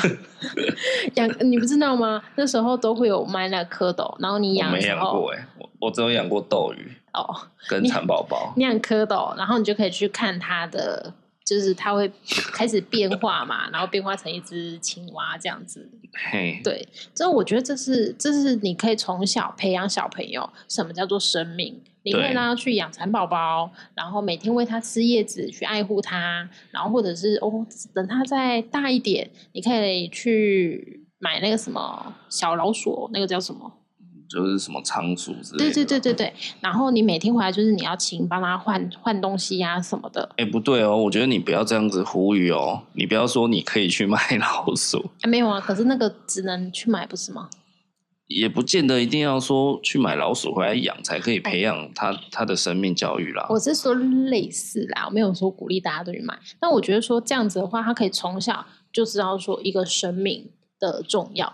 Speaker 2: 养你不知道吗？那时候都会有卖那蝌蚪，然后你
Speaker 1: 我
Speaker 2: 养的
Speaker 1: 没
Speaker 2: 时
Speaker 1: 养
Speaker 2: 候
Speaker 1: 过哎、我我只有养过斗鱼
Speaker 2: 哦，
Speaker 1: 跟
Speaker 2: 你
Speaker 1: 蚕宝宝。
Speaker 2: 你养蝌蚪，然后你就可以去看它的，就是它会开始变化嘛，然后变化成一只青蛙这样子。
Speaker 1: 嘿，
Speaker 2: 对，这我觉得这是这是你可以从小培养小朋友什么叫做生命。你可以
Speaker 1: 对
Speaker 2: 让他去养蚕宝宝，然后每天喂它吃叶子，去爱护它，然后或者是哦，等它再大一点，你可以去买那个什么小老鼠，那个叫什么？
Speaker 1: 就是什么仓鼠之类的。
Speaker 2: 对对对。对对。然后你每天回来就是你要勤帮它换换东西呀、什么的、
Speaker 1: 哎、不对哦，我觉得你不要这样子呼吁哦，你不要说你可以去 卖老鼠，
Speaker 2: 啊没有啊，可是那个只能去买不是吗？
Speaker 1: 也不见得一定要说去买老鼠回来养才可以培养它它的生命教育啦。
Speaker 2: 我是说类似啦，我没有说鼓励大家都去买。但我觉得说这样子的话，他可以从小就知道说一个生命的重要，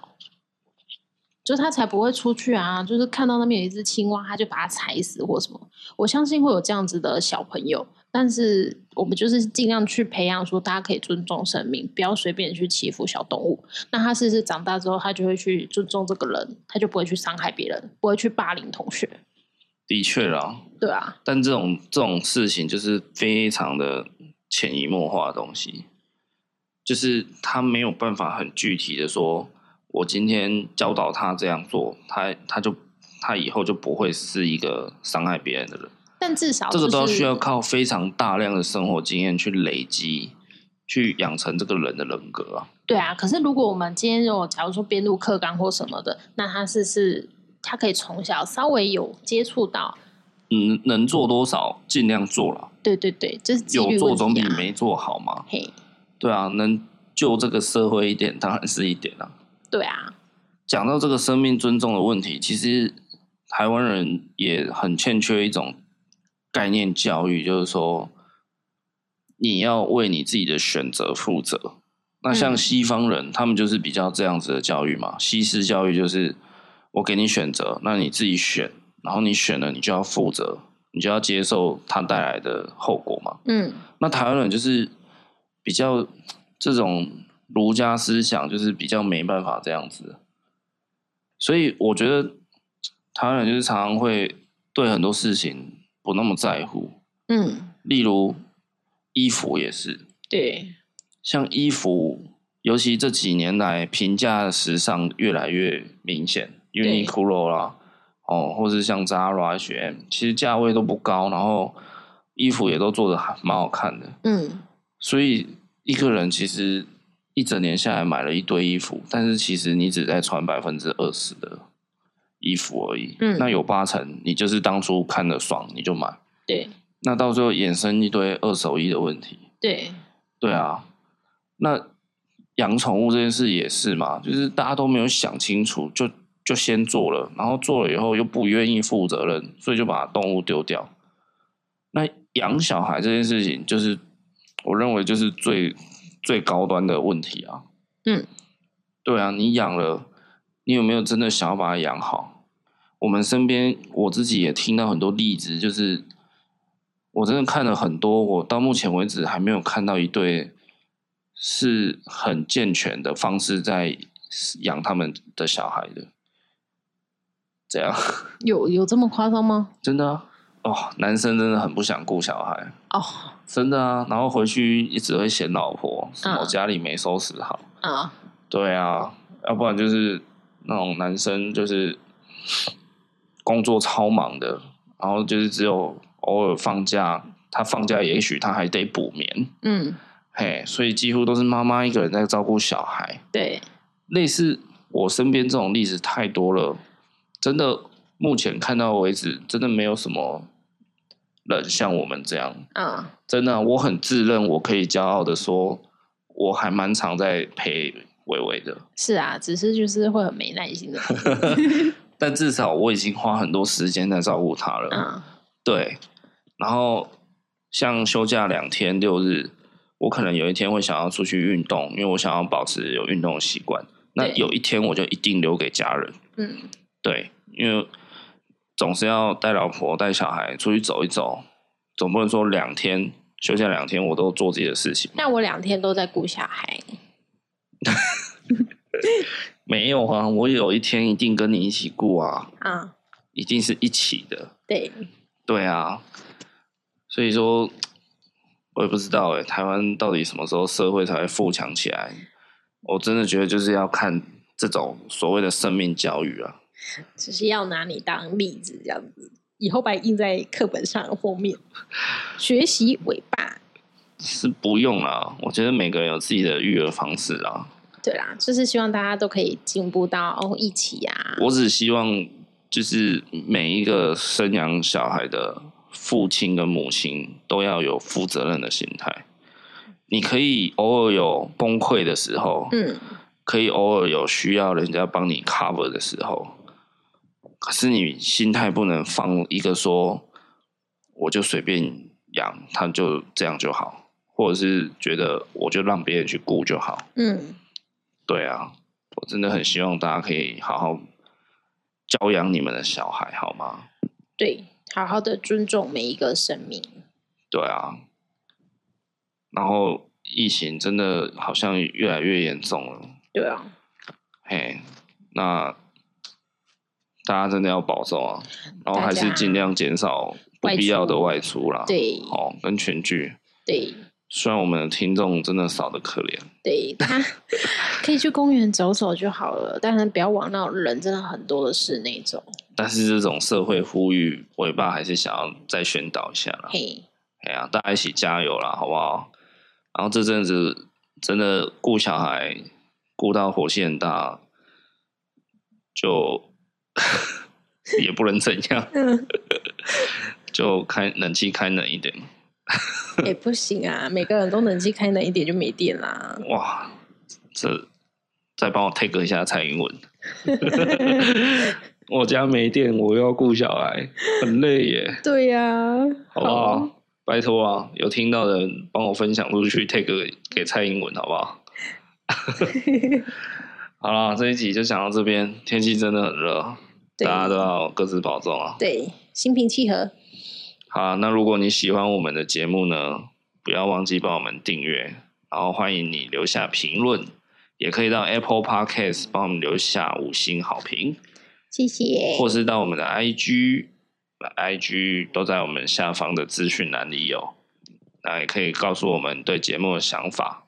Speaker 2: 就是他才不会出去啊，就是看到那边有一只青蛙，他就把它踩死或什么。我相信会有这样子的小朋友，但是我们就是尽量去培养说大家可以尊重生命，不要随便去欺负小动物。那他是不是长大之后，他就会去尊重这个人，他就不会去伤害别人，不会去霸凌同学，
Speaker 1: 的确啦，
Speaker 2: 对啊。
Speaker 1: 但这种这种事情就是非常的潜移默化的东西，就是他没有办法很具体的说，我今天教导他这样做，他他就他以后就不会是一个伤害别人的人。
Speaker 2: 但至少、
Speaker 1: 这
Speaker 2: 啊就是、
Speaker 1: 个都要需要靠非常大量的生活经验去累积，去养成这个人的人格啊。
Speaker 2: 对啊。可是如果我们今天有假如说编入课纲或什么的，那他是是他可以从小稍微有接触到，
Speaker 1: 嗯，能做多少尽量做了，
Speaker 2: 对对对，这是几
Speaker 1: 有
Speaker 2: 率
Speaker 1: 做
Speaker 2: 问
Speaker 1: 总
Speaker 2: 题
Speaker 1: 比
Speaker 2: 啊。
Speaker 1: 没做好嘛。
Speaker 2: 嘿，
Speaker 1: 对啊，能救这个社会一点当然是一点啊。
Speaker 2: 对啊，
Speaker 1: 讲到这个生命尊重的问题，其实台湾人也很欠缺一种概念教育，就是说你要为你自己的选择负责。那像
Speaker 2: 嗯
Speaker 1: 西方人，他们就是比较这样子的教育嘛，西式教育就是我给你选择，那你自己选，然后你选了，你就要负责，你就要接受它带来的后果嘛。
Speaker 2: 嗯，
Speaker 1: 那台湾人就是比较这种儒家思想，就是比较没办法这样子，所以我觉得台湾人就是常常会对很多事情不那么在乎，
Speaker 2: 嗯，
Speaker 1: 例如衣服也是，
Speaker 2: 对，
Speaker 1: 像衣服，尤其这几年来平价时尚越来越明显
Speaker 2: 对
Speaker 1: ，Uniqlo 啦，哦，或是像 Zara、H&M，其实价位都不高，然后衣服也都做的还蛮好看的。
Speaker 2: 嗯，
Speaker 1: 所以一个人其实一整年下来买了一堆衣服，但是其实你只在穿百分之二十的衣服而已。
Speaker 2: 嗯
Speaker 1: 那有八成你就是当初看的爽你就买，
Speaker 2: 对
Speaker 1: 那到最后衍生一堆二手衣的问题。
Speaker 2: 对
Speaker 1: 对啊，那养宠物这件事也是嘛，就是大家都没有想清楚，就就先做了，然后做了以后又不愿意负责任，所以就把动物丢掉。那养小孩这件事情，就是我认为就是最最高端的问题啊。
Speaker 2: 嗯，
Speaker 1: 对啊，你养了，你有没有真的想要把它养好？我们身边我自己也听到很多例子，就是我真的看了很多，我到目前为止还没有看到一对是很健全的方式在养他们的小孩的。怎样？
Speaker 2: 有有这么夸张吗？
Speaker 1: 真的啊？哦，男生真的很不想顾小孩，
Speaker 2: 哦，
Speaker 1: 真的啊。然后回去一直会嫌老婆，什么
Speaker 2: 嗯
Speaker 1: 家里没收拾好，
Speaker 2: 啊，
Speaker 1: 对啊，要不然就是那种男生就是 工作超忙的，然后就是只有偶尔放假，他放假也许他还得补眠，
Speaker 2: 嗯，
Speaker 1: 嘿，所以几乎都是妈妈一个人在照顾小孩。
Speaker 2: 对，
Speaker 1: 类似我身边这种例子太多了，真的目前看到为止，真的没有什么人像我们这样。
Speaker 2: 啊，
Speaker 1: 真的啊、我很自认我可以骄傲的说，我还蛮常在陪伟伟的。
Speaker 2: 是啊，只是就是会很没耐心的，
Speaker 1: 但至少我已经花很多时间在照顾他了。
Speaker 2: 啊，
Speaker 1: 对，然后像休假两天六日，我可能有一天会想要出去运动，因为我想要保持有运动的习惯。那
Speaker 2: 对
Speaker 1: 有一天我就一定留给家人，
Speaker 2: 嗯，
Speaker 1: 对，因为总是要带老婆带小孩出去走一走，总不能说两天休假两天我都做自己的事情嘛。
Speaker 2: 那我两天都在顾小孩，
Speaker 1: 没有啊，我有一天一定跟你一起顾啊，
Speaker 2: 啊，
Speaker 1: 一定是一起的。
Speaker 2: 对，
Speaker 1: 对啊，所以说我也不知道哎、台湾到底什么时候社会才会富强起来？我真的觉得就是要看这种所谓的生命教育啊。
Speaker 2: 就是要拿你当例子这样子，以后把你印在课本上的封面。学习伟爸，
Speaker 1: 是不用啦，我觉得每个人有自己的育儿方式啊。
Speaker 2: 对啦，就是希望大家都可以进步到哦一起呀、
Speaker 1: 我只希望就是每一个生养小孩的父亲跟母亲都要有负责任的心态。你可以偶尔有崩溃的时候，
Speaker 2: 嗯，
Speaker 1: 可以偶尔有需要人家帮你 cover 的时候，可是你心态不能放一个说我就随便养，他就这样就好，或者是觉得我就让别人去顾就好。
Speaker 2: 嗯，
Speaker 1: 对啊，我真的很希望大家可以好好教养你们的小孩，好吗？
Speaker 2: 对，好好的尊重每一个生命。
Speaker 1: 对啊，然后疫情真的好像越来越严重了，
Speaker 2: 对啊，
Speaker 1: 嘿，那大家真的要保重啊，然后还
Speaker 2: 大
Speaker 1: 是
Speaker 2: 家
Speaker 1: 尽量减少不必要的外出啦，
Speaker 2: 对
Speaker 1: 哦，跟全聚。
Speaker 2: 对
Speaker 1: 虽然我们的听众真的少的可怜，
Speaker 2: 对，他可以去公园走走就好了，当然不要往那种人真的很多的室内走。
Speaker 1: 但是这种社会呼吁，尾巴还是想要再宣导一下啦。
Speaker 2: 嘿，
Speaker 1: 哎呀，大家一起加油啦，好不好？然后这阵子真的顾小孩顾到火气很大，就 也不能怎样， 就开冷气开冷一点。
Speaker 2: 也、不行啊，每个人都冷气开冷一点就没电啦。
Speaker 1: 哇，这再帮我 take 一下蔡英文。 我家没电，我又要顾小孩，很累耶，
Speaker 2: 对呀、
Speaker 1: 好不好？拜托啊，有听到的人帮我分享出去，take 给蔡英文，好不好？ 好啦，这一集就讲到这边。天气真的很热，
Speaker 2: 对
Speaker 1: 大家都要各自保重啊。
Speaker 2: 对，心平气和。
Speaker 1: 好，那如果你喜欢我们的节目呢，不要忘记帮我们订阅，然后欢迎你留下评论，也可以到 Apple Podcast 帮我们留下五星好评，
Speaker 2: 谢谢。
Speaker 1: 或是到我们的 IG，那 IG 都在我们下方的资讯栏里有。那也可以告诉我们对节目的想法，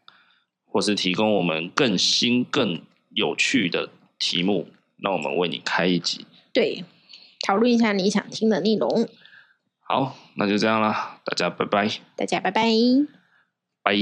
Speaker 1: 或是提供我们更新、更有趣的题目，让我们为你开一集。
Speaker 2: 对，讨论一下你想听的内容。
Speaker 1: 好，那就这样啦，大家拜拜，
Speaker 2: 大家拜拜。
Speaker 1: 拜。